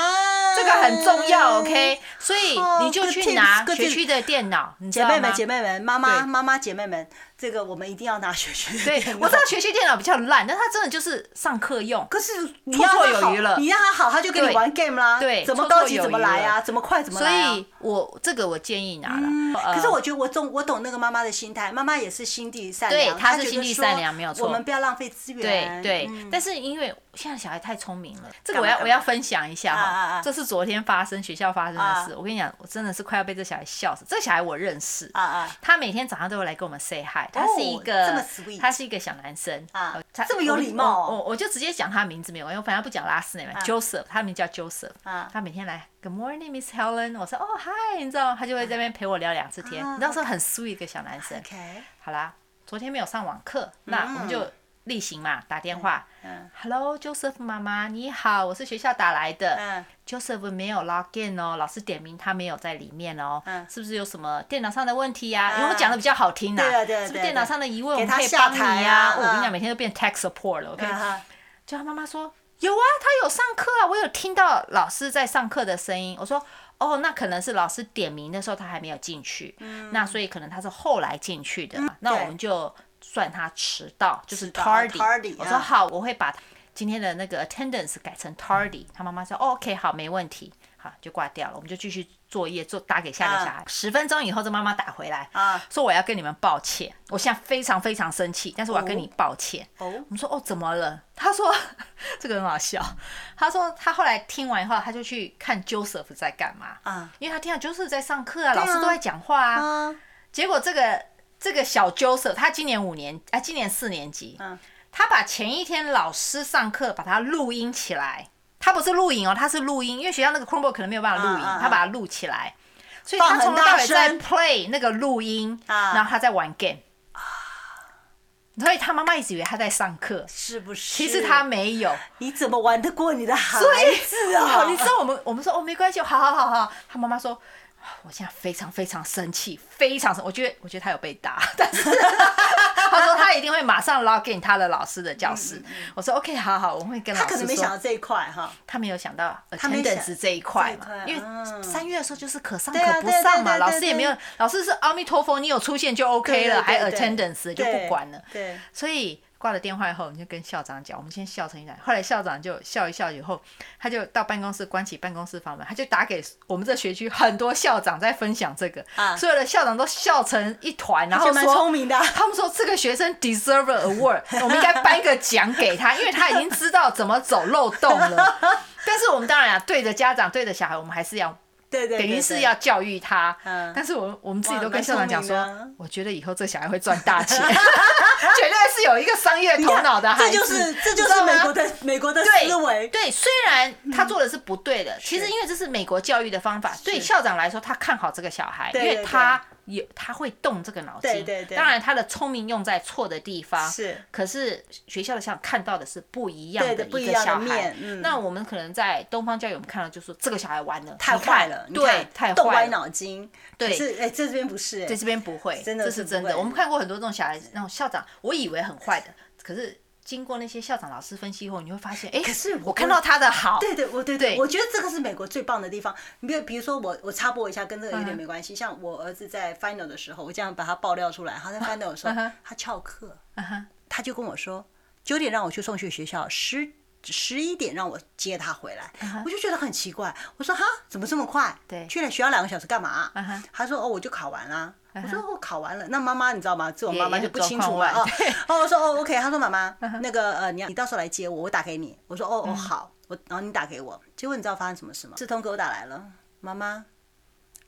S1: 这个很重要，OK？所以
S2: 哦
S1: 你就
S2: 哎，good
S1: 去
S2: tips，
S1: 拿
S2: good
S1: 学
S2: tips
S1: 区的电脑，你知
S2: 姐
S1: 道
S2: 妹们，
S1: 吗？
S2: 姐妹们，妈妈
S1: 对
S2: 妈妈姐妹们，这个我们一定要拿学学的
S1: 对，
S2: 电脑
S1: 我知道学区电脑比较烂，但它真的就是上课用。
S2: 可是你
S1: 绰
S2: 要
S1: 绰
S2: 他好
S1: 有余了
S2: 你让他好，他就跟你
S1: 对
S2: 玩 game 啦。
S1: 对
S2: 怎么
S1: 绰
S2: 高
S1: 绰
S2: 级
S1: 有
S2: 怎么
S1: 余
S2: 来
S1: 了
S2: 啊？怎么快怎么
S1: 所
S2: 来啊？嗯
S1: 以我这个我建议拿了，呃
S2: 可是我觉得我懂，我懂那个妈妈的心态，妈妈也是心地善
S1: 对
S2: 良，
S1: 她
S2: 觉
S1: 是
S2: 得
S1: 心地
S2: 说
S1: 善良没有错
S2: 我们不要浪费资源。
S1: 对对、
S2: 嗯
S1: 但是因为现在小孩太聪明了，这
S2: 干
S1: 个
S2: 嘛
S1: 我要
S2: 干
S1: 我
S2: 嘛
S1: 要分享一下哈、
S2: 啊啊啊
S1: 这是昨天发生学校发生的
S2: 啊
S1: 事。我跟你讲，我真的是快要被这小孩笑死。这个小孩我认识，
S2: 啊啊，
S1: 他每天早上都会来跟我们 say hi，他是一个、
S2: 哦这么 sweet
S1: 他是一个小男生
S2: 啊
S1: 呃他
S2: 这么有礼貌哦
S1: 我我我就直接讲他名字没有关系，我反正不讲 last name、Joseph，他名叫 Joseph，、
S2: 啊
S1: 他每天来 Good morning Miss Helen，我说哦 hi，你知道吗？他就会在那边陪我聊两次天，
S2: 啊
S1: 你知道是很 sweet 一个小男生。
S2: OK，
S1: 好啦，昨天没有上网课，那我们就例行嘛，打电话。
S2: 嗯
S1: Hello Joseph 妈妈，你好，我是学校打来的。
S2: 嗯
S1: Joseph 没有 login 哦，老师点名他没有在里面哦，
S2: 嗯
S1: 是不是有什么电脑上的问题呀、
S2: 嗯
S1: 因为我讲的比较好听呐、
S2: 对啊对啊
S1: 是不是
S2: 对啊
S1: 电脑上的疑问我
S2: 给
S1: 们
S2: 他
S1: 可以
S2: 下
S1: 帮
S2: 台
S1: 你
S2: 啊
S1: 呀、我跟你
S2: 嗯
S1: 讲，每天都变 tech support 了，OK？、
S2: 啊哈
S1: 就他妈妈说有啊，他有上课啊，我有听到老师在上课的声音。我说哦，那可能是老师点名的时候他还没有进去，
S2: 嗯
S1: 那所以可能他是后来进去的嘛，那我们就算他迟到，就是
S2: 迟到哦
S1: tardy。
S2: tardy，
S1: 我说
S2: 嗯
S1: 好，我会把今天的那个 attendance 改成 tardy。他妈妈说、哦 OK 好，没问题。好，就挂掉了，我们就继续作业，做打给下一个
S2: 嗯
S1: 小孩。十、分钟以后，这妈妈打回来，
S2: 啊
S1: 说我要跟你们抱歉，我现在非常非常生气，但是我要跟你抱歉。
S2: 哦
S1: 我们说哦怎么了？他说 这个很好笑，他说他后来听完以后，他就去看 Joseph 在干嘛，
S2: 啊
S1: 因为他听到 Joseph 在上课啊，
S2: 对啊
S1: 老师都在讲话啊。
S2: 啊
S1: 结果这个这个小 Joseph 他今年五年啊，今年四年级，
S2: 嗯
S1: 他把前一天老师上课把它录音起来，他不是录影哦，他是录音，因为学校那个 Chromebook 可能没有办法录影，
S2: 嗯嗯嗯
S1: 他把它录起来。所以
S2: 放
S1: 他
S2: 很
S1: 从头到
S2: 大
S1: 尾在
S2: 声
S1: play 那个录音，
S2: 啊
S1: 然后他在玩 game，所以他妈妈一直以为他在上课，
S2: 是不是？
S1: 其实他没有，
S2: 你怎么玩得过你的孩子
S1: 哦
S2: 啊？
S1: 你知道我们我们说哦没关系，好好好好，他妈妈说。啊我现在非常非常生气，非常生，我觉得我觉得他有被打， 但 是他说他一定会马上 log in 他的老师的教室。我说 OK，好好，我会跟老
S2: 嗯他
S1: 师说。
S2: 可能没想到这一块哈。
S1: 他没有想到呃
S2: 他没想
S1: attendance 这一块嘛
S2: 这一块，
S1: 因
S2: 嗯
S1: 为三月的时候就是可上
S2: 对啊
S1: 可不上嘛，
S2: 对对对对
S1: 老师也没有，老师是阿弥陀佛，你有出现就 OK 了，
S2: 对
S1: 还
S2: 对对
S1: attendance 就不管了。
S2: 对，
S1: 所以挂了电话以后，我们就跟校长讲，我们先笑成一团。后来校长就笑一笑以后，他就到办公室关起办公室房门，他就打给我们这学区很多校长在分享这个，
S2: 啊
S1: 所有的校长都笑成一团，然
S2: 然后
S1: 后
S2: 蛮
S1: 说
S2: 聪明的啊。
S1: 他们说这个学生 deserve a award，我们应该颁一个奖给他，因为他已经知道怎么走漏洞了。 但是我们当然啊，对着家长，对着小孩，我们还是要
S2: 对对，
S1: 等于
S2: 对
S1: 是
S2: 对
S1: 要教育他。
S2: 嗯
S1: 但是我我们自己
S2: 哇
S1: 都
S2: 蛮
S1: 跟校长讲
S2: 聪明的啊
S1: 说，我觉得以后这小孩会赚大钱，绝 对是有一个商业头脑的孩
S2: 这
S1: 子。
S2: 就是这
S1: 你知
S2: 就是
S1: 道吗
S2: 美国的美国的
S1: 对
S2: 思维。
S1: 对，虽然他做的是不对的，其实因为这是美国教育的方法，对校长来说，他看好这个小孩，
S2: 对
S1: 因
S2: 对
S1: 为他有他会动这个脑筋。
S2: 对对对
S1: 当然，他的聪明用在错的地方。
S2: 是。
S1: 可是学校的校长看到的是不一样
S2: 对
S1: 的
S2: 的不一
S1: 一个
S2: 样的
S1: 小孩
S2: 面，嗯
S1: 那我们可能在东方教育，我们看到就说这个小孩玩的
S2: 太坏了，你
S1: 对
S2: 看，
S1: 太
S2: 动
S1: 坏
S2: 歪
S1: 了。
S2: 脑筋。
S1: 对
S2: 可是哎，这边不是哎
S1: 在这边不会，
S2: 真的
S1: 这
S2: 是
S1: 是
S2: 不
S1: 真
S2: 会
S1: 的。我们看过很多这种小孩，那种校长，我以为很坏的，可是经过那些校长老师分析后，你会发现，哎，
S2: 可是我
S1: 我看到他的好，
S2: 对对，我对
S1: 对
S2: 我觉得这个是美国最棒的地方。你比如比如说我我插播一下，跟这个有
S1: 嗯
S2: 点没关系。像我儿子在 final 的时候，我这样把他爆料出来， 他在 final 的时候
S1: 嗯哼
S2: 他翘课，
S1: 啊哈，
S2: 他就跟我说九点让我去送去学校，十十一点让我接他回来，我就觉得很奇怪。我说哈，怎么这么快？
S1: 嗯对
S2: 去了学校两个小时干嘛
S1: 嗯哼？嗯
S2: 他说哦，我就考完啦。我说我考完了，那妈妈你知道吗？这种妈妈
S1: 也
S2: 就不清楚
S1: 也
S2: 嘛
S1: 很状
S2: 啊
S1: 况外。
S2: 哦，我说哦，OK。他说妈妈，那个呃，你要你到时候来接我，我打给你。我说哦哦好，我然后你打给我。结果你知道发生什么事吗？志通给我打来了，妈妈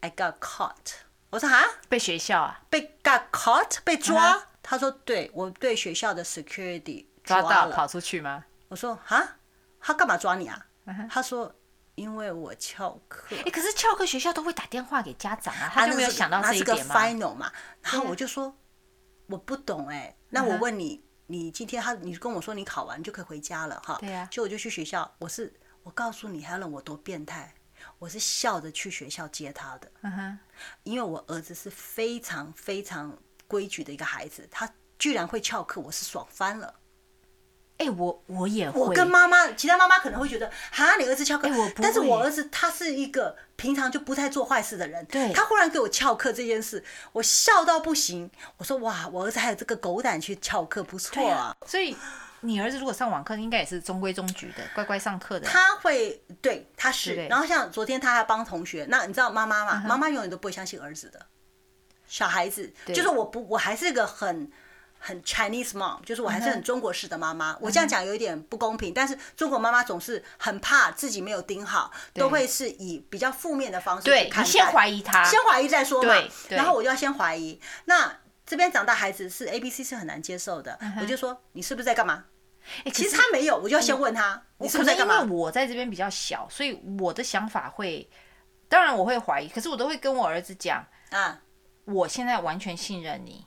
S2: ，I got caught。我说哈，
S1: 被学校啊
S2: 被 got caught 被抓
S1: 嗯哼？
S2: 他说对，我被学校的 security
S1: 抓到
S2: 了。
S1: 跑出去吗？
S2: 我说啊，他干嘛抓你啊？他说因为我翘课。
S1: 哎、可是翘课学校都会打电话给家长啊，
S2: 啊
S1: 他就
S2: 那
S1: 没有
S2: 是
S1: 想到
S2: 那
S1: 这一
S2: 是个
S1: 点吗？嗯
S2: final 嘛，然后我就说我不懂哎、那我问你，你今天他你跟我说你考完你就可以回家了哈，
S1: 对啊
S2: 就我就去学校，我是我告诉你 Helen 我多变态，我是笑着去学校接他的，
S1: 嗯哼，
S2: 因为我儿子是非常非常规矩的一个孩子，他居然会翘课，我是爽翻了。
S1: 哎、我我也会，
S2: 我跟妈妈，其他妈妈可能会觉得，哈，你儿子翘课，
S1: 哎我不
S2: 但是
S1: 会
S2: 我儿子他是一个平常就不太做坏事的人，
S1: 对
S2: 他忽然给我翘课这件事，我笑到不行。我说哇，我儿子还有这个狗胆去翘课，不错
S1: 对
S2: 啊
S1: 啊。，所以你儿子如果上网课，应该也是中规中矩的，乖乖上课的。
S2: 他会对，他
S1: 对不嗯
S2: 是。
S1: 对
S2: 然后像昨天他还帮同学，那你知道妈妈嘛？妈妈永远都不会相信儿子的，小孩子
S1: 对
S2: 就是我不，我还是个很很 Chinese mom，就是我还是
S1: 嗯
S2: 很中国式的妈妈。我这样讲有一点不公平，但是中国妈妈总是很怕自己没有盯好，都会是以比较负面的方式去
S1: 对
S2: 看
S1: 你
S2: 待。
S1: 先怀疑他，
S2: 先怀疑再说嘛
S1: 对。对
S2: 然后我就要先怀疑。那这边长大孩子是 A B C 是很难接受的，
S1: 嗯
S2: 我就说你是不是在干嘛？
S1: 诶
S2: 其实
S1: 可
S2: 他没有，我就要先问他，你是不
S1: 可
S2: 是在
S1: 能
S2: 干
S1: 因
S2: 嘛
S1: 为？我在这边比较小，所以我的想法会，当然我会怀疑，可是我都会跟我儿子讲，
S2: 啊，
S1: 我现在完全信任你，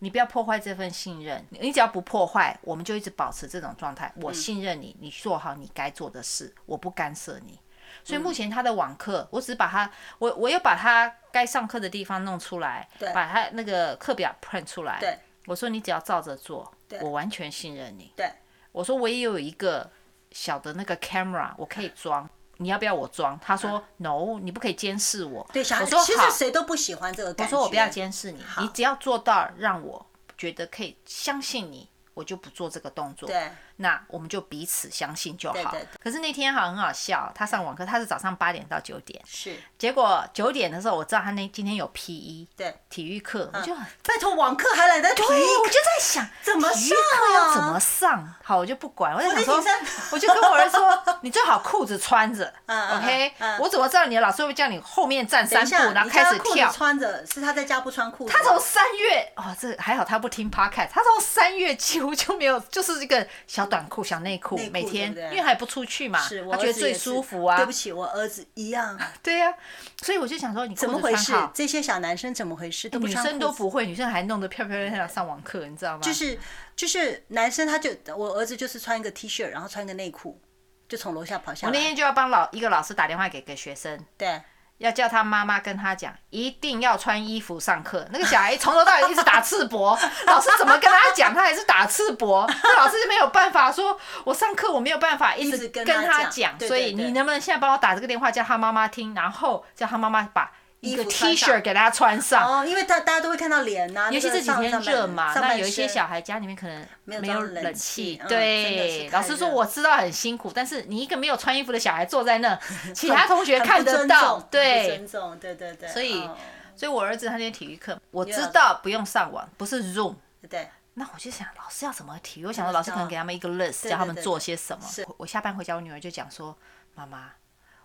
S1: 你不要破坏这份信任，你你只要不破坏，我们就一直保持这种状态。
S2: 嗯
S1: 我信任你，你做好你该做的事，我不干涉你。
S2: 嗯
S1: 所以目前他的网课，我只把他，我我又把他该上课的地方弄出来，
S2: 对
S1: 把他那个课表 print 出来。
S2: 对，
S1: 我说你只要照着做
S2: 对，
S1: 我完全信任你。
S2: 对，
S1: 我说我也有一个小的那个 camera，我可以装。你要不要我装？他说、no，你不可以监视我。
S2: 嗯对，小孩
S1: 我说
S2: 其实
S1: 好
S2: 谁都不喜欢这个感
S1: 我
S2: 觉。
S1: 说我不要监视你，你只要做到让我觉得可以相信你，我就不做这个动作。
S2: 对，
S1: 那我们就彼此相信就好。
S2: 对对对
S1: 可是那天好像很好笑，他上网课，他是早上八点到九点，
S2: 是
S1: 结果九点的时候我知道他那今天有 PE
S2: 对。
S1: 体育课，我就很。
S2: 拜托，网课还懒得提，
S1: 对，我就在想
S2: 嗯怎么
S1: 体育
S2: 上
S1: 课要怎
S2: 啊
S1: 么上？好，我就不管，我就想说
S2: 我就挺，
S1: 我就跟我儿子说，你最好裤子穿着
S2: 嗯嗯
S1: ，OK？
S2: 嗯
S1: 我怎么知道你的老师会不会叫你后面站
S2: 等
S1: 三
S2: 一
S1: 步，
S2: 下，
S1: 然后开始
S2: 你家裤
S1: 跳
S2: 子？穿着是他在家不穿裤子，
S1: 他从三月哦，这还好他不听 podcast，他从三月几乎就没有，就是一个小短裤、小内裤
S2: 内，裤
S1: 每天，
S2: 对不对
S1: 因为还不出去嘛
S2: 是，我
S1: 他觉
S2: 儿
S1: 得
S2: 子
S1: 最
S2: 也是
S1: 舒服啊
S2: 对不。起，我儿子一样，
S1: 对呀、所以我就想说，你裤
S2: 怎么
S1: 子
S2: 回
S1: 穿
S2: 事
S1: 好？，哎
S2: 这些小男生怎么回事？都不
S1: 女
S2: 穿
S1: 生
S2: 裤
S1: 都
S2: 子
S1: 不会，女生还弄得漂漂亮亮上网课，你知道吗？
S2: 就是就是男生他就我儿子就是穿一个 T 恤，然后穿一个内裤，就从楼下跑下
S1: 我那
S2: 来。
S1: 天就要帮老一个老师打电话给个学生，
S2: 对，
S1: 要叫他妈妈跟他讲，一定要穿衣服上课。那个小孩从头到尾一直打赤膊， 老师怎么跟他讲，他还是打赤膊。那老师就没有办法说，我上课我没有办法一
S2: 一直
S1: 直
S2: 跟
S1: 跟
S2: 他
S1: 他
S2: 讲
S1: 讲，
S2: 对
S1: 所
S2: 对
S1: 以
S2: 对
S1: 你能不能现在帮我打这个电话叫他妈妈听，然后叫他妈妈把一个
S2: 衣服穿
S1: T
S2: 上
S1: 恤给他穿上。
S2: 哦，因为大大家都会看到脸呐、
S1: 尤其
S2: 那个
S1: 这几
S2: 上
S1: 天
S2: 上半
S1: 热嘛，
S2: 上
S1: 那
S2: 半
S1: 有一些
S2: 身
S1: 小孩家里面可能
S2: 有
S1: 没有
S2: 装冷
S1: 冷
S2: 气嗯真的是
S1: 对，
S2: 太
S1: 老师说
S2: 热
S1: 我知道很辛苦，但是你一个没有穿衣服的小孩坐在 那，其他同学
S2: 很不
S1: 看得
S2: 尊
S1: 到
S2: 重，很不
S1: 对
S2: 尊，重，对对对，
S1: 所以
S2: 哦
S1: 所以我儿子他那天体育课，我
S2: 有
S1: 知道不用上网，不是 Zoom。
S2: 对
S1: 那我就想，老师要怎么体育？我想说，老师可能给他们一个 list，叫他们做些什么
S2: 是。
S1: 我我下班回家，我女儿就讲说：“妈妈，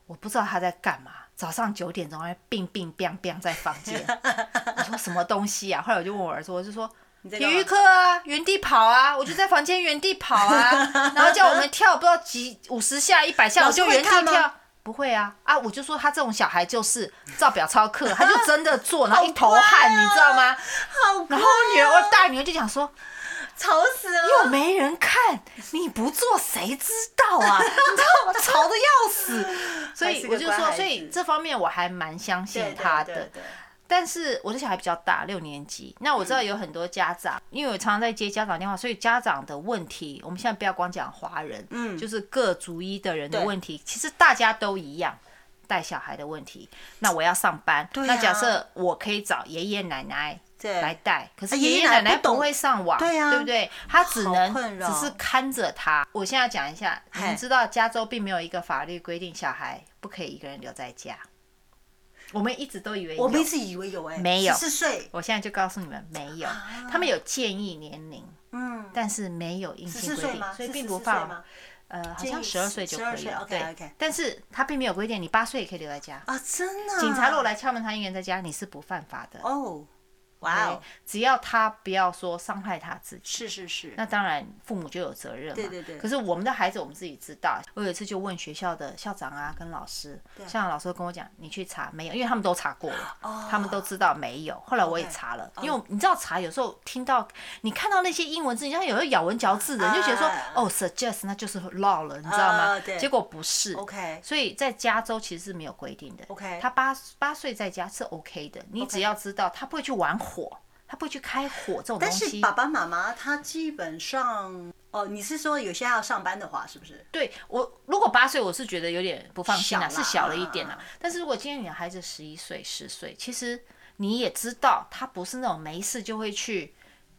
S1: 我不知道她在干嘛。早上九点钟还病病病病在房间。”我说什么东西啊？后来我就问我儿子，我就说。
S2: 在
S1: 体
S2: 干嘛
S1: 育课啊，原地跑啊，我就在房间原地跑啊，然后叫我们跳，不知道几五十下、一百下，
S2: 老
S1: 我
S2: 师
S1: 就原地
S2: 会看吗
S1: 跳。不会啊啊！我就说他这种小孩就是照表操课，他就真的做，然后一头汗，你知道吗？
S2: 好
S1: 然后女儿，我大女儿就讲说，
S2: 吵死了，
S1: 又没人看，你不做谁知道啊？ 你知道吗？吵得要死。所
S2: 还是
S1: 以
S2: 个
S1: 我就
S2: 乖孩
S1: 说，
S2: 子
S1: 所以这方面我还蛮相信
S2: 对
S1: 他
S2: 对
S1: 的。
S2: 对对
S1: 但是我的小孩比较大，六年级。那我知道有很多家长，
S2: 嗯
S1: 因为我常常在接家长电话，所以家长的问题，我们现在不要光讲华人，嗯，就是各族裔的人的
S2: 对
S1: 问题，其实大家都一样。带小孩的问题，那我要上班，
S2: 对啊
S1: 那假设我可以找爷爷奶奶、
S2: 对
S1: 来带，可是
S2: 啊爷爷
S1: 爷爷
S2: 奶
S1: 奶
S2: 奶
S1: 奶
S2: 不懂
S1: 不会上网，
S2: 对啊
S1: 对不对？他只
S2: 好困
S1: 能
S2: 扰
S1: 只是看着他。我现在讲一下，你
S2: 嗨
S1: 们知道加州并没有一个法律规定小孩不可以一个人留在家，我们一直都以为
S2: 我们
S1: 有
S2: 一直以为有哎、
S1: 没有
S2: 十四岁，
S1: 我现在就告诉你们没有，
S2: 啊
S1: 他们有建议年龄，
S2: 嗯，
S1: 但是没有硬
S2: 十
S1: 性规
S2: 四岁
S1: 定
S2: 吗？，
S1: 所以
S2: 是
S1: 并
S2: 14
S1: 不
S2: 岁
S1: 放
S2: 吗
S1: 呃，好
S2: 建
S1: 像
S2: 议
S1: 十二岁就
S2: 12
S1: 可以
S2: 岁
S1: 了。
S2: ，OK，OK
S1: 对，但是他并没有规定你八岁也可以留在家。
S2: 啊，真的啊、
S1: 警察如果来敲门，他一个人在家，你是不犯法的。
S2: 哦，哇
S1: 对
S2: 哦，
S1: 只要他不要说伤害他自己，
S2: 是是是，
S1: 那当然父母就有责任嘛。
S2: 对对对
S1: 可是我们的孩子，我们自己知道。我有一次就问学校的校长啊，跟老师，校长老师都跟我讲，你去查没有，因为他们都查过了，
S2: 哦
S1: 他们都知道没有。后来我也
S2: OK，
S1: 查了，因为你知道查有时候听到你看到那些英文字，你像有时候咬文嚼字的，你就觉得说
S2: 啊
S1: 哦 suggest 那就是 law 了，你知道吗
S2: 啊对？
S1: 结果不是。
S2: OK
S1: 所以在加州其实是没有规定的。
S2: OK
S1: 他八八岁在家是 OK 的，你
S2: OK
S1: 只要知道他不会去玩火，他不会去开火这种东
S2: 但
S1: 西。
S2: 是爸爸妈妈他基本上，哦，你是说有些要上班的话，是不是？
S1: 对我，如果八岁，我是觉得有点不放心啦，
S2: 小啦啊
S1: 是小了一点啦。但是如果今天你的孩子十一岁、十岁，其实你也知道，他不是那种没事就会去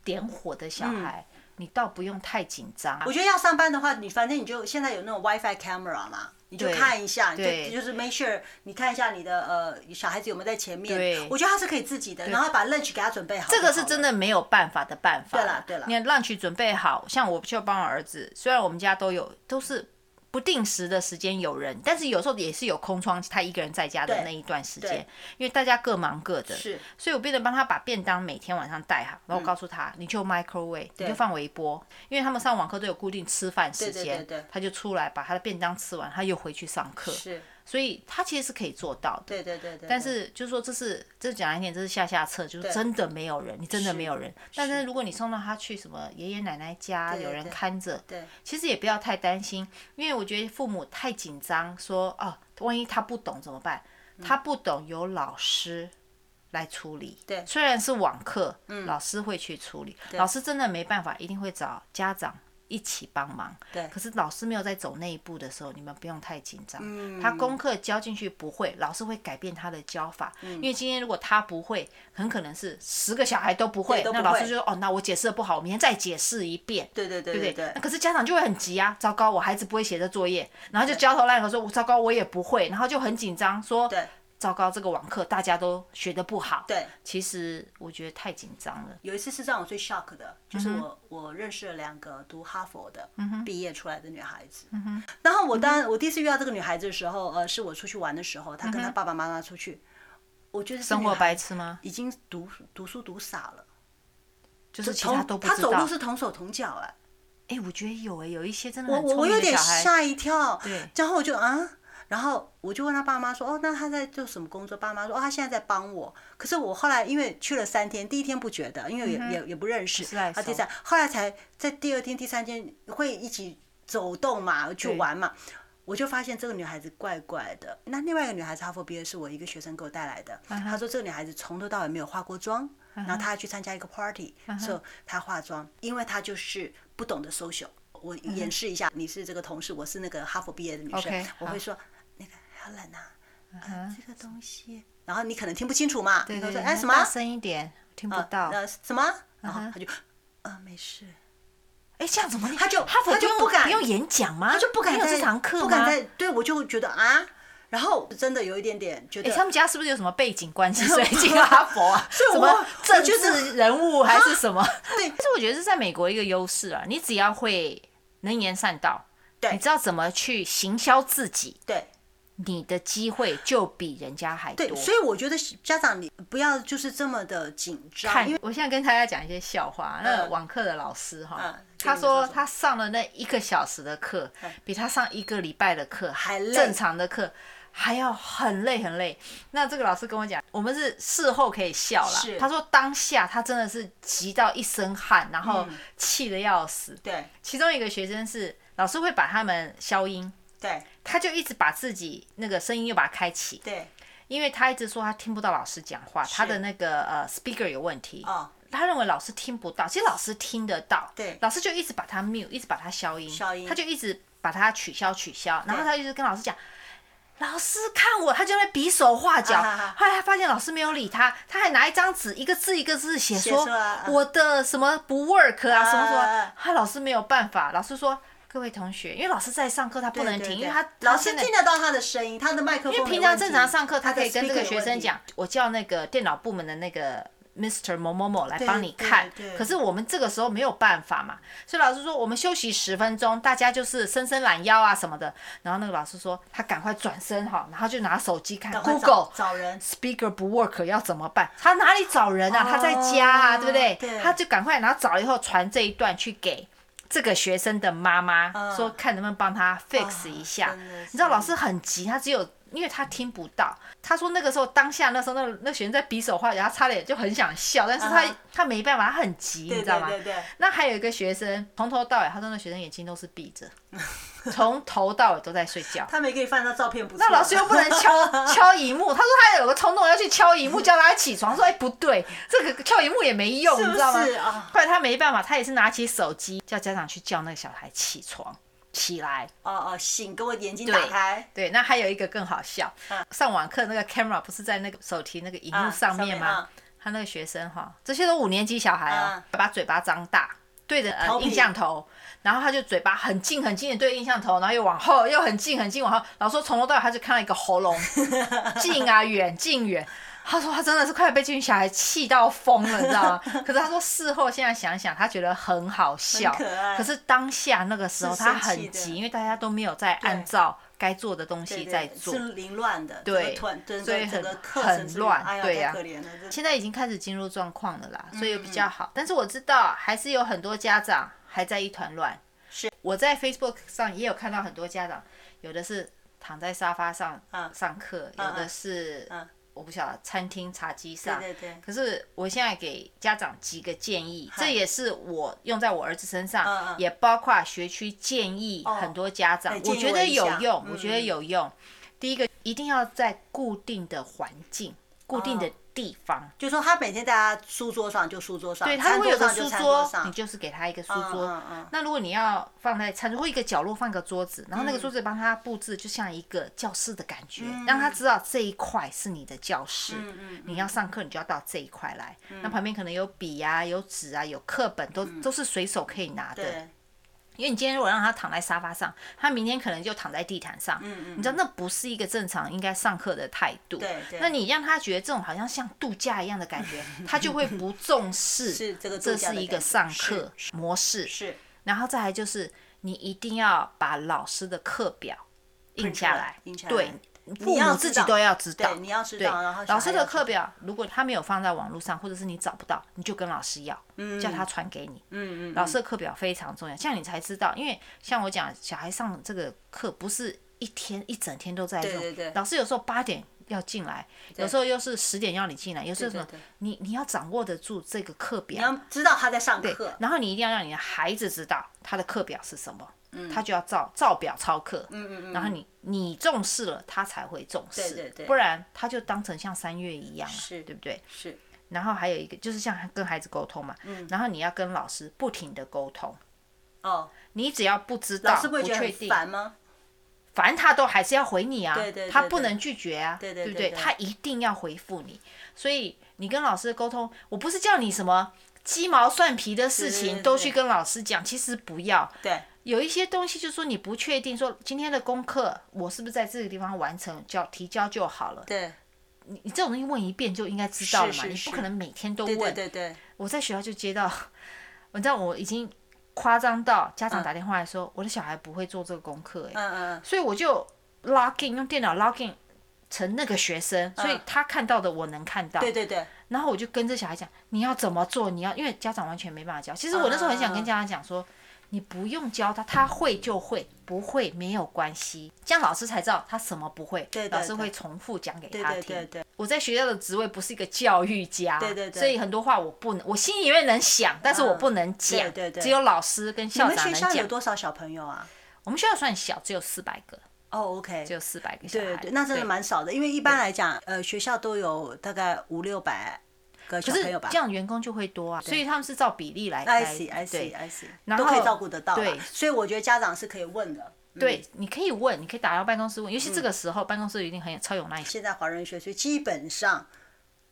S1: 点火的小
S2: 嗯
S1: 孩，你倒不用太紧张。啊
S2: 我觉得要上班的话，你反正你就现在有那种 WiFi camera 嘛，你就
S1: 对
S2: 看一下，你
S1: 对
S2: 就就是 make sure 你看一下你的呃小孩子有没有在前面
S1: 对。
S2: 我觉得他是可以自己的，然后把 lunch 给他准备好。
S1: 这个是真的没有办法的办法。
S2: 对啦对啦
S1: 你让去准备好，像我就帮我儿子，虽然我们家都有都是不定时的时间有人，但是有时候也是有空窗，他一个人在家的
S2: 对
S1: 那一段时
S2: 对
S1: 间，因为大家各忙各的，
S2: 是嗯
S1: 所以我变得帮他把便当每天晚上带好，然后我告诉他，你就 microwave，你就放微波，因为他们上网课都有固定吃饭时
S2: 对
S1: 间，
S2: 对对对
S1: 他就出来把他的便当吃完，他又回去上课，
S2: 是，
S1: 所以他其实是可以做到的。
S2: 对对对对。
S1: 但是就是说这是这讲一点，这是下下策，就是真的没有人，你真的没有人。但是如果你送到他去什么爷爷奶奶家，有人
S2: 对
S1: 看着，
S2: 对
S1: 其实也不要太担心，因为我觉得父母太紧张，说哦，万一他不懂怎么办？
S2: 嗯
S1: 他不懂有老师。来处理，
S2: 对嗯
S1: 虽然是网课，老师会去处理，老师真的没办法，一定会找家长一起帮忙，
S2: 对
S1: 可是老师没有在走那一步的时候，你们不用太紧张。
S2: 嗯
S1: 他功课教进去不会，老师会改变他的教法。
S2: 嗯
S1: 因为今天如果他不会，很可能是十个小孩都不会，
S2: 对都不
S1: 那老
S2: 会
S1: 师就说：“哦，那我解释的不好，我明天再解释一遍。”
S2: 对对对
S1: 对
S2: 对
S1: 不对？那
S2: 对。
S1: 可是家长就会很急啊，糟糕，我孩子不会写这作业，然后就焦头烂额说，我糟糕，我也不会，然后就很紧张，说，
S2: 对
S1: 糟糕，这个网课大家都学的不好。
S2: 对，
S1: 其实我觉得太紧张了。
S2: 有一次是让我最 shock 的，就是
S1: 嗯
S2: 我、我认识了两个读哈佛的、毕业出来的女孩子，
S1: 嗯
S2: 然后我当然我第一次遇到这个女孩子的时候，呃，是我出去玩的时候，她跟她爸爸妈妈出去，我觉得
S1: 嗯生活白痴吗？
S2: 已经读读书读傻了，
S1: 就是其
S2: 同
S1: 他都不
S2: 她
S1: 知
S2: 走路
S1: 道。
S2: 是同手同脚哎、
S1: 哎，我觉得有哎，有一些真的
S2: 我
S1: 很
S2: 我
S1: 聪
S2: 我有
S1: 明的
S2: 点
S1: 小孩。
S2: 吓一跳，
S1: 对，
S2: 然后我就啊，然后我就问他爸妈说，哦，那他在做什么工作？爸妈说，哦，他现在在帮我。可是我后来因为去了三天，第一天不觉得，因为也、也也不认识，
S1: 嗯是来
S2: 啊，第
S1: 熟
S2: 三，后来才在第二天、第三天会一起走动嘛，去玩嘛。我就发现这个女孩子怪怪的。那另外一个女孩子哈佛毕业是我一个学生给我带来的，
S1: 嗯
S2: 她说这个女孩子从头到尾没有化过妆，然后她还去参加一个 party，所以
S1: 嗯
S2: 她化妆，因为她就是不懂得 social。我演示一下，你是这个同事，我是那个哈佛毕业的女生
S1: OK，，
S2: 我会
S1: 好嗯
S2: 说那个 Helen 啊，呃这个东西，然后你可能听不清楚嘛，你会说哎
S1: 那
S2: 什么
S1: 大声一点，听不到。嗯
S2: 呃什么，然后她就呃没事。
S1: 哎，这样怎么
S2: 他就
S1: 哈佛
S2: 他就
S1: 用
S2: 不敢
S1: 不用演讲吗？
S2: 他就不敢
S1: 没有
S2: 再
S1: 这堂课吗
S2: 不敢再对我就觉得啊，然后真的有一点点觉
S1: 哎，
S2: 得，
S1: 他们家是不是有什么背景关 系，所以进了哈佛啊？
S2: 所以
S1: 什
S2: 我
S1: 么政
S2: 我觉得啊
S1: 治人物还是 什么？
S2: 对
S1: 但是我觉得是在美国一个优势啊，你只要会能言善道，
S2: 对
S1: 你知道怎么去行销自己，
S2: 对
S1: 你的机会就比人家还多
S2: 对，。所以我觉得家长你不要就是这么的紧张，
S1: 看
S2: 因为，
S1: 我现在跟大家讲一些笑话。那
S2: 嗯
S1: 网课的老师哈
S2: 嗯，
S1: 他
S2: 给你们说
S1: 说
S2: 说
S1: 他上了那一个小时的课，比他上一个礼拜的课
S2: 还累
S1: 正常的课还要很累很累。那这个老师跟我讲，我们是事后可以笑啦
S2: 是。
S1: 他说当下他真的是急到一身汗，然后
S2: 嗯
S1: 气得要死。
S2: 对
S1: 其中一个学生是老师会把他们消音，
S2: 对
S1: 他就一直把自己那个声音又把它开启。
S2: 对
S1: 因为他一直说他听不到老师讲话，他的那个呃 speaker 有问题，
S2: 哦
S1: 他认为老师听不到，其实老师听得到，
S2: 对
S1: 老师就一直把他 mute，一直把他消音，
S2: 消音
S1: 他就一直把他取消取消，然后他一直跟老师讲。老师看我，他就在那比手画脚。
S2: 啊啊啊
S1: 后来他发现老师没有理他，他还拿一张纸，一个字一个字写说
S2: 写出来啊
S1: 我的什么不 work 啊，
S2: 啊
S1: 什么什
S2: 啊啊
S1: 么
S2: 啊。
S1: 他老师没有办法，老师说各位同学，因为老师在上课，他不能
S2: 对
S1: 停，因
S2: 对
S1: 为
S2: 对
S1: 他
S2: 老
S1: 他
S2: 师
S1: 现在
S2: 听得到他的声音，他的麦克风
S1: 因
S2: 有
S1: 为
S2: 问题。
S1: 平常正常上课，他
S2: 的
S1: 可以跟这个
S2: speaker
S1: 学
S2: 有问
S1: 生
S2: 题
S1: 讲，我叫那个电脑部门的那个 Mr. 某某某来帮你
S2: 对
S1: 看
S2: 对。对
S1: 可是我们这个时候没有办法嘛，所以老师说我们休息十分钟，大家就是伸伸懒腰啊什么的。然后那个老师说他赶快转身哈，然后就拿手机看
S2: 赶快找
S1: Google
S2: 找人
S1: speaker 不 work 要怎么办？他哪里找人啊？
S2: 哦
S1: 他在家啊，对不对？
S2: 对
S1: 他就赶快然后找了以后传这一段去给。这个学生的妈妈
S2: 嗯哦
S1: 说，看能不能帮他 fix 一下
S2: 真的。
S1: 你知道
S2: 是
S1: 老师很急，他只有因为他听不到。他说那个时候当下那时候那那学生在比手画脚，他差点就很想笑，但是他
S2: 嗯哼
S1: 他没办法，他很急，你
S2: 对
S1: 知道吗？
S2: 对对对
S1: 那还有一个学生从头到尾，他说那学生眼睛都是闭着，从头到尾都在睡觉。
S2: 他没给你放那照片不错。
S1: 那老师又不能 敲敲荧幕，他说他有个冲动要去敲荧幕，叫他起床，说哎、不对，这个敲荧幕也没用，
S2: 是
S1: 你
S2: 不
S1: 知道吗
S2: 是？啊？
S1: 后来他没办法，他也是拿起手机叫家长去叫那个小孩起床起来。
S2: 哦哦，醒，给我眼睛打开。
S1: 对，那还有一个更好笑，
S2: 嗯
S1: 上网课那个 camera 不是在那个手提那个荧幕
S2: 啊
S1: 上面吗？
S2: 上面啊
S1: 他那个学生哈，这些都五年级小孩哦，把嘴巴张大。对着呃
S2: 嗯头皮
S1: 印象头，然后他就嘴巴很近很近的对着印象头，然后又往后，又很近很近往后。老师说从头到尾他就看到一个喉 咙，近啊远近远。他说他真的是快被这群小孩气到疯了，你知道 吗？可是他说事后现在想想，他觉得很好笑，
S2: 很可爱
S1: 是当下那个时候
S2: 是
S1: 他
S2: 生气
S1: 很
S2: 的
S1: 急，因为大家都没有在按
S2: 对
S1: 照该做的东
S2: 对
S1: 西
S2: 对
S1: 在做。
S2: 是凌乱的，
S1: 对
S2: 整个团
S1: 所以
S2: 整个整个
S1: 很
S2: 课
S1: 很
S2: 程是
S1: 乱
S2: 哎呀，
S1: 对呀
S2: 太可怜了，真的
S1: 现在已经开始进入状况了
S2: 嗯
S1: 啦，所以比较好。但是我知道还是有很多家长还在一团乱。
S2: 是，
S1: 我在 Facebook 上也有看到很多家长，有的是躺在沙发上、
S2: 嗯
S1: 上课，
S2: 嗯
S1: 有的是、
S2: 嗯
S1: 我不晓得餐厅茶几上。
S2: 对对对，
S1: 可是我现在给家长几个建议，
S2: 嗨
S1: 这也是我用在我儿子身上，
S2: 嗯嗯
S1: 也包括学区建议
S2: 哦
S1: 很多家长，
S2: 哎
S1: 呃我
S2: 建议
S1: 觉得
S2: 我一
S1: 有
S2: 下
S1: 用，
S2: 嗯
S1: 我觉得有用。第一个一定要在固定的环境、固定的
S2: 哦
S1: 地方，
S2: 就说他每天在他书桌上就书桌上，
S1: 对，他
S2: 餐
S1: 如果有
S2: 桌
S1: 个
S2: 上就
S1: 书
S2: 餐
S1: 桌，
S2: 上，
S1: 你就是给他一个书
S2: 嗯
S1: 桌。
S2: 嗯嗯
S1: 那如果你要放在餐桌或一个角落放个桌子，然后那个桌
S2: 嗯
S1: 子帮他布置，就像一个教室的感觉，让他知道这一块是你的教室。
S2: 嗯嗯
S1: 你要上课，你就要到这一块来。那旁边可能有笔啊、有纸啊、有课本，都、都是随手可以拿的。
S2: 嗯对，
S1: 因为你今天如果让他躺在沙发上，他明天可能就躺在地毯上。嗯嗯，你知道那不是一个正常应该上课的态度。
S2: 对对
S1: 那你让他觉得这种好像像度假一样的感觉，他就会不重视。
S2: 是这个度
S1: 这
S2: 假
S1: 是
S2: 的
S1: 一个
S2: 感觉
S1: 上
S2: 是
S1: 课模式。
S2: 是
S1: 然后再来就是，你一定要把老师的课表印下来，
S2: 印下来
S1: 对，父
S2: 你要
S1: 母
S2: 知
S1: 自己
S2: 道
S1: 都要知道
S2: 对，。你要知
S1: 对，
S2: 道，然后小
S1: 老师
S2: 孩
S1: 的
S2: 要
S1: 课表，如果他没有放在网络上，或者是你找不到，你就跟老师要，叫他传给你。嗯嗯，老师的课表非常重要，这样你才知道，因为像我讲，小孩上这个课不是一天一整天都在用，
S2: 对对
S1: 老师有时候八点。要进来，有时候又是十点要你进来，有时候什么，
S2: 对对
S1: 你你要掌握得住这个课表，
S2: 你要知道他在上课，
S1: 然后你一定要让你的孩子知道他的课表是什么，
S2: 嗯
S1: 他就要照照表操课。嗯嗯嗯。然后你你重视了，他才会重视，
S2: 对对对
S1: 不然他就当成像三月一样啊，
S2: 是
S1: 对不对？
S2: 是
S1: 然后还有一个就是像跟孩子沟通嘛，
S2: 嗯
S1: 然后你要跟老师不停的沟通，
S2: 哦，
S1: 你只要不知道
S2: 老师不会觉
S1: 确
S2: 得
S1: 定
S2: 很，烦吗？
S1: 反正他都还是要回你啊，
S2: 对对对
S1: 他不能拒绝啊，
S2: 对对
S1: 不
S2: 对对
S1: 他一定要回复你，所以你跟老师的沟通，我不是叫你什么鸡毛蒜皮的事
S2: 对对
S1: 情
S2: 对
S1: 都去跟老师讲，其实不要，
S2: 对，
S1: 有一些东西就说你不确定，说今天的功课我是不是在这个地方完成，交提交就好了。
S2: 对，
S1: 你你这种东西问一遍就应该知道了嘛，
S2: 是是
S1: 你
S2: 是
S1: 不可能每天都
S2: 对
S1: 问。
S2: 对对对，
S1: 我在学校就接到， 你知道我已经夸张到家长打电话来说，我的小孩不会做这个功课、欸，
S2: 嗯嗯
S1: 所以我就 login 用电脑 login 成那个学生，所以他看到的我能看到。
S2: 嗯对对对，
S1: 然后我就跟这小孩讲，你要怎么做，你要，因为家长完全没办法教。其实我那时候很
S2: 嗯
S1: 想跟家长讲说，你不用教他，他会就会，不会没有关系，这样老师才知道他什么不会，
S2: 对对
S1: 老师会重复讲给
S2: 对
S1: 他听。
S2: 对对对，
S1: 我在学校的职位不是一个教育家，
S2: 对对对
S1: 所以很多话我不能，我心里面能想，但是我不能讲，
S2: 对对对
S1: 只有老师跟
S2: 你
S1: 校
S2: 们
S1: 长
S2: 学
S1: 能
S2: 校有
S1: 讲。
S2: 多少小朋友啊？
S1: 我们学校算小，只有四百个，
S2: 哦，OK，
S1: 只有四百个小孩，
S2: 对对，那真的
S1: 对
S2: 蛮少的，因为一般来讲，呃，学校都有大概五六百个小
S1: 可是
S2: 朋友吧
S1: 这。样员工就会多啊，所以他们是照比例来。
S2: I
S1: 来
S2: see, I
S1: 对
S2: see, I see，
S1: 然
S2: 都可以
S1: 后
S2: 照顾得到啦。
S1: 对
S2: 所以我觉得家长是可以问的。嗯
S1: 对，你可以问，你可以打到办公室问，尤其这个时候，办公室一定很有超有耐心。
S2: 现在华人学区基本上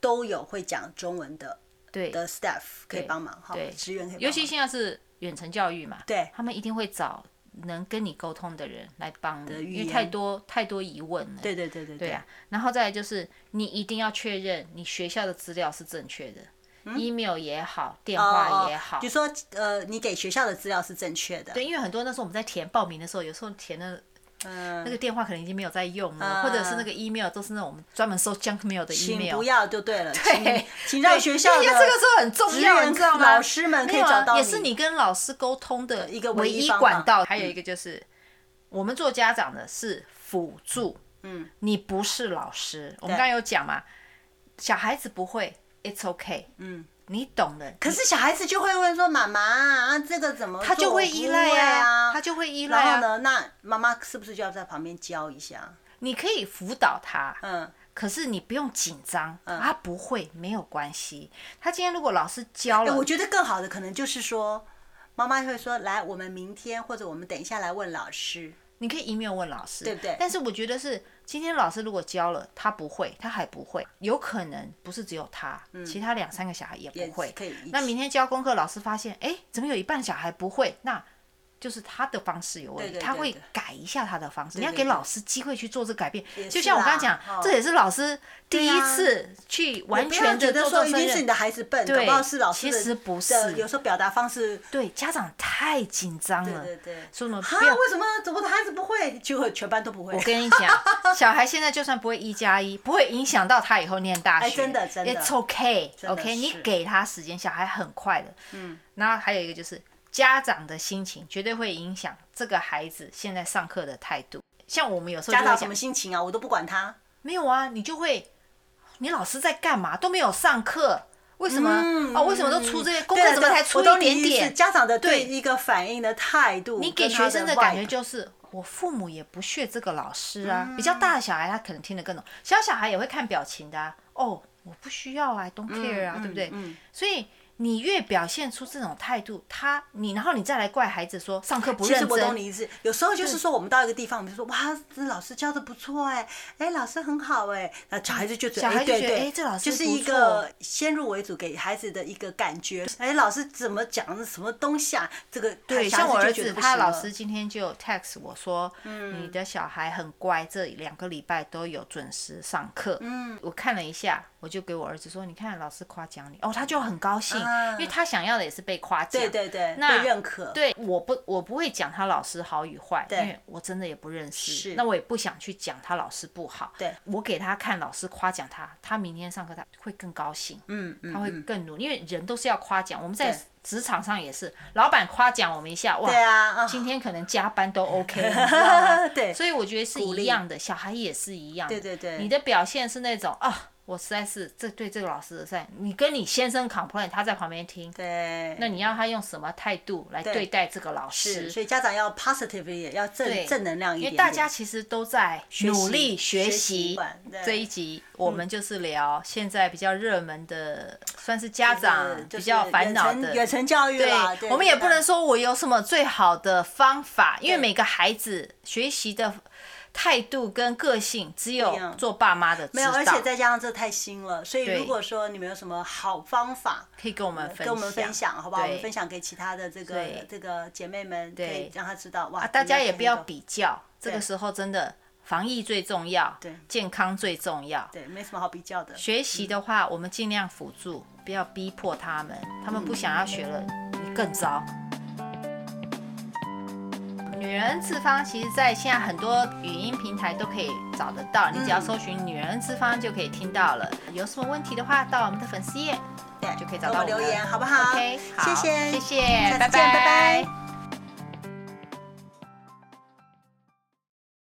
S2: 都有会讲中文的
S1: 对
S2: 的 staff 可以帮忙哈
S1: 对，，
S2: 职员可以帮忙，
S1: 尤其现在是远程教育嘛，
S2: 对
S1: 他们一定会找能跟你沟通的人来帮你，
S2: 语
S1: 因为
S2: 言
S1: 太多太多疑问了。
S2: 对对对对
S1: 对啊，然后再来就是你一定要确认你学校的资料是正确的、e m a i l 也好，电
S2: 嗯哦
S1: 话
S2: 哦
S1: 也好。
S2: 就说呃，你给学校的资料是正确的，
S1: 对，因为很多那时候我们在填报名的时候，有时候填的
S2: 嗯，
S1: 那个电话可能已经没有在用了，或者是那个 email 都是那种我们专门收 junk mail 的
S2: 啊请
S1: email
S2: 不。要就对了，
S1: 对
S2: 请，请让
S1: 对
S2: 学校的
S1: 因为这个时候很重
S2: 职
S1: 要，
S2: 员
S1: 你知道吗？
S2: 老师们可以
S1: 没有啊
S2: 找到
S1: 也是
S2: 你
S1: 你跟老师沟通的
S2: 一个唯
S1: 唯
S2: 一
S1: 一
S2: 方法
S1: 管道。还
S2: 嗯
S1: 有一个就是，我们做家长的是辅助，嗯，你不是老师。我们刚刚有讲嘛，小孩子不会，it's okay，嗯，你懂的，
S2: 可是小孩子就会问说：“妈妈啊，这个怎么做？”
S1: 他就会依赖
S2: 我不会啊，
S1: 他就会依赖
S2: 然后
S1: 啊。
S2: 呢，那妈妈是不是就要在旁边教一下？
S1: 你可以辅导他，
S2: 嗯，
S1: 可是你不用紧张，他不会没有关系。他今天如果老师教
S2: 哎
S1: 了
S2: 我，觉得更好的可能就是说，妈妈会说：“来，我们明天或者我们等一下来问老师。
S1: 你可以 email 问老师，
S2: 对不对
S1: 但是我觉得是今天老师如果教了，他不会，他还不会，有可能不是只有他，其他两三个小孩也”不会。
S2: 嗯可以一起。
S1: 那明天教功课，老师发现，哎，怎么有一半小孩不会？那就是他的方式有问题，
S2: 对对对
S1: 他会
S2: 对
S1: 改一下他的方式。你要
S2: 对
S1: 给
S2: 对
S1: 老师机会去做这个改变
S2: 也。
S1: 就是像我刚刚
S2: 啦
S1: 讲，
S2: 哦
S1: 这也是老师第
S2: 对
S1: 一
S2: 啊
S1: 次去完
S2: 不要
S1: 全
S2: 觉
S1: 的
S2: 得
S1: 做
S2: 说
S1: 正
S2: 一
S1: 任。
S2: 定是你的孩子笨，搞
S1: 对
S2: 不好是老师的
S1: 其实不是
S2: 的有时候表达方式，
S1: 对，家长太紧张
S2: 对
S1: 了，
S2: 对对。
S1: 说什么
S2: 哈
S1: 不要，
S2: 为什么我的孩子不会？结果全班都不会。
S1: 我跟你讲，小孩现在就算不会一加一，不会影响到他以后念大学。
S2: 哎真的真的
S1: ，It's okay，OK，、
S2: 真的是
S1: 你给他时间，小孩很快的。嗯，然后还有一个就是家长的心情，绝对会影响这个孩子现在上课的态度。像我们有时候
S2: 家
S1: 就会
S2: 长什么
S1: 讲，
S2: 心情啊？我都不管他。
S1: 没有啊，你就会，你老师在干嘛？都没有上课，为什么？
S2: 嗯
S1: 哦，为什么都出这些功
S2: 对
S1: 课？
S2: 啊
S1: 怎么
S2: 对啊
S1: 才出
S2: 我都
S1: 一
S2: 理
S1: 点
S2: 解
S1: 点？
S2: 家长的
S1: 对
S2: 对一个反应的态度，
S1: 你给
S2: 跟他
S1: 学生的感觉
S2: vibe 嗯
S1: 就是，我父母也不屑这个老师啊。比较大的小孩他可能听得更懂，小小孩也会看表情的、啊。哦，我不需要啊，I
S2: 嗯
S1: don't care 啊，对不对？所以你越表现出这种态度，他你然后你再来怪孩子说上课不
S2: 其实
S1: 认
S2: 我懂
S1: 真，
S2: 你意思，有时候就是说我们到一个地方，我们就说哇，这老师教的不错哎，哎，老师很好哎，那小孩子就觉得
S1: 小孩
S2: 哎
S1: 就
S2: 对
S1: 觉得
S2: 对
S1: 哎这老师
S2: 就是
S1: 不
S2: 一个先入为主给孩子的一个感觉，哎，老师怎么讲的什么东西啊？这个
S1: 对，
S2: 小
S1: 像我
S2: 孩
S1: 儿
S2: 就觉得
S1: 子，
S2: 不
S1: 他
S2: 行
S1: 老
S2: 了嗯
S1: 师今天就有 text 我说，你的小孩很乖，这两个礼拜都有准时上课。嗯，我看了一下，我就给我儿子说，你看老师夸奖你，哦，他就很高兴，因为他想要的也是被夸奖。
S2: 啊对对对，
S1: 那
S2: 被认可，
S1: 对，我不，我不会讲他老师好与坏，因
S2: 对
S1: 为我真的也不认
S2: 是
S1: 识，那我也不想去讲他老师不好。
S2: 对，
S1: 我给他看老师夸奖他，他明天上课他会更高兴，嗯，他会更努力，因为人都是要夸奖，我们在
S2: 对
S1: 职场上也是，老板夸奖我们一下，哇，
S2: 对啊，啊
S1: 今天可能加班都 OK，你 知道吗
S2: 对
S1: 所以我觉得是
S2: 鼓励
S1: 一样的，小孩也是一样的。
S2: 对对对
S1: 你的表现是那种啊，我实在是这对这个老师的善，你跟你先生 complain，他在旁边听，
S2: 对，
S1: 那你要他用什么态度来对待这个老
S2: 是，
S1: 师？
S2: 所以家长要 positive 一点，要正
S1: 对
S2: 正能量一
S1: 因
S2: 点
S1: 为
S2: 点，
S1: 大家其实都在努力
S2: 学
S1: 学
S2: 习学习
S1: 习
S2: 对。嗯
S1: 这一集我们就是聊现在比较热门的，算是家长
S2: 就
S1: 比
S2: 是
S1: 较烦恼
S2: 远程
S1: 的
S2: 远程教育啦，对
S1: 我们也不能
S2: 对
S1: 说我有什么最好的方法，因为
S2: 对
S1: 每个孩子学习的态度跟个性，只
S2: 不一样
S1: 有做爸妈的
S2: 没
S1: 知
S2: 有，
S1: 道。
S2: 而且再加上这太新了，所以
S1: 对
S2: 如果说你们有什么好方法，呃
S1: 可以跟我们分
S2: 跟我们分享，好不好？我
S1: 对
S2: 们分享给其他的这个
S1: 对
S2: 这个姐妹们，可
S1: 对啊
S2: 以让她知道哇，
S1: 大家也不要
S2: 比，
S1: 比较，这个时候真的防疫最重要，
S2: 对
S1: 健康最重要。
S2: 对，没什么好比较的，
S1: 学习的话，我们尽量辅助，不要逼迫他们，他们不想要学了，你更糟。女人次方，其实在现在很多语音平台都可以找得
S2: 嗯
S1: 到，你只要搜寻“女人次方”就可以听到了。有什么问题的话，到我们的粉丝页
S2: 对，
S1: 就可以找到
S2: 给我
S1: 我
S2: 留
S1: 们
S2: 言，好不好
S1: OK，好，
S2: 谢谢，
S1: 谢谢，
S2: 下次
S1: 拜
S2: 见拜拜
S1: 拜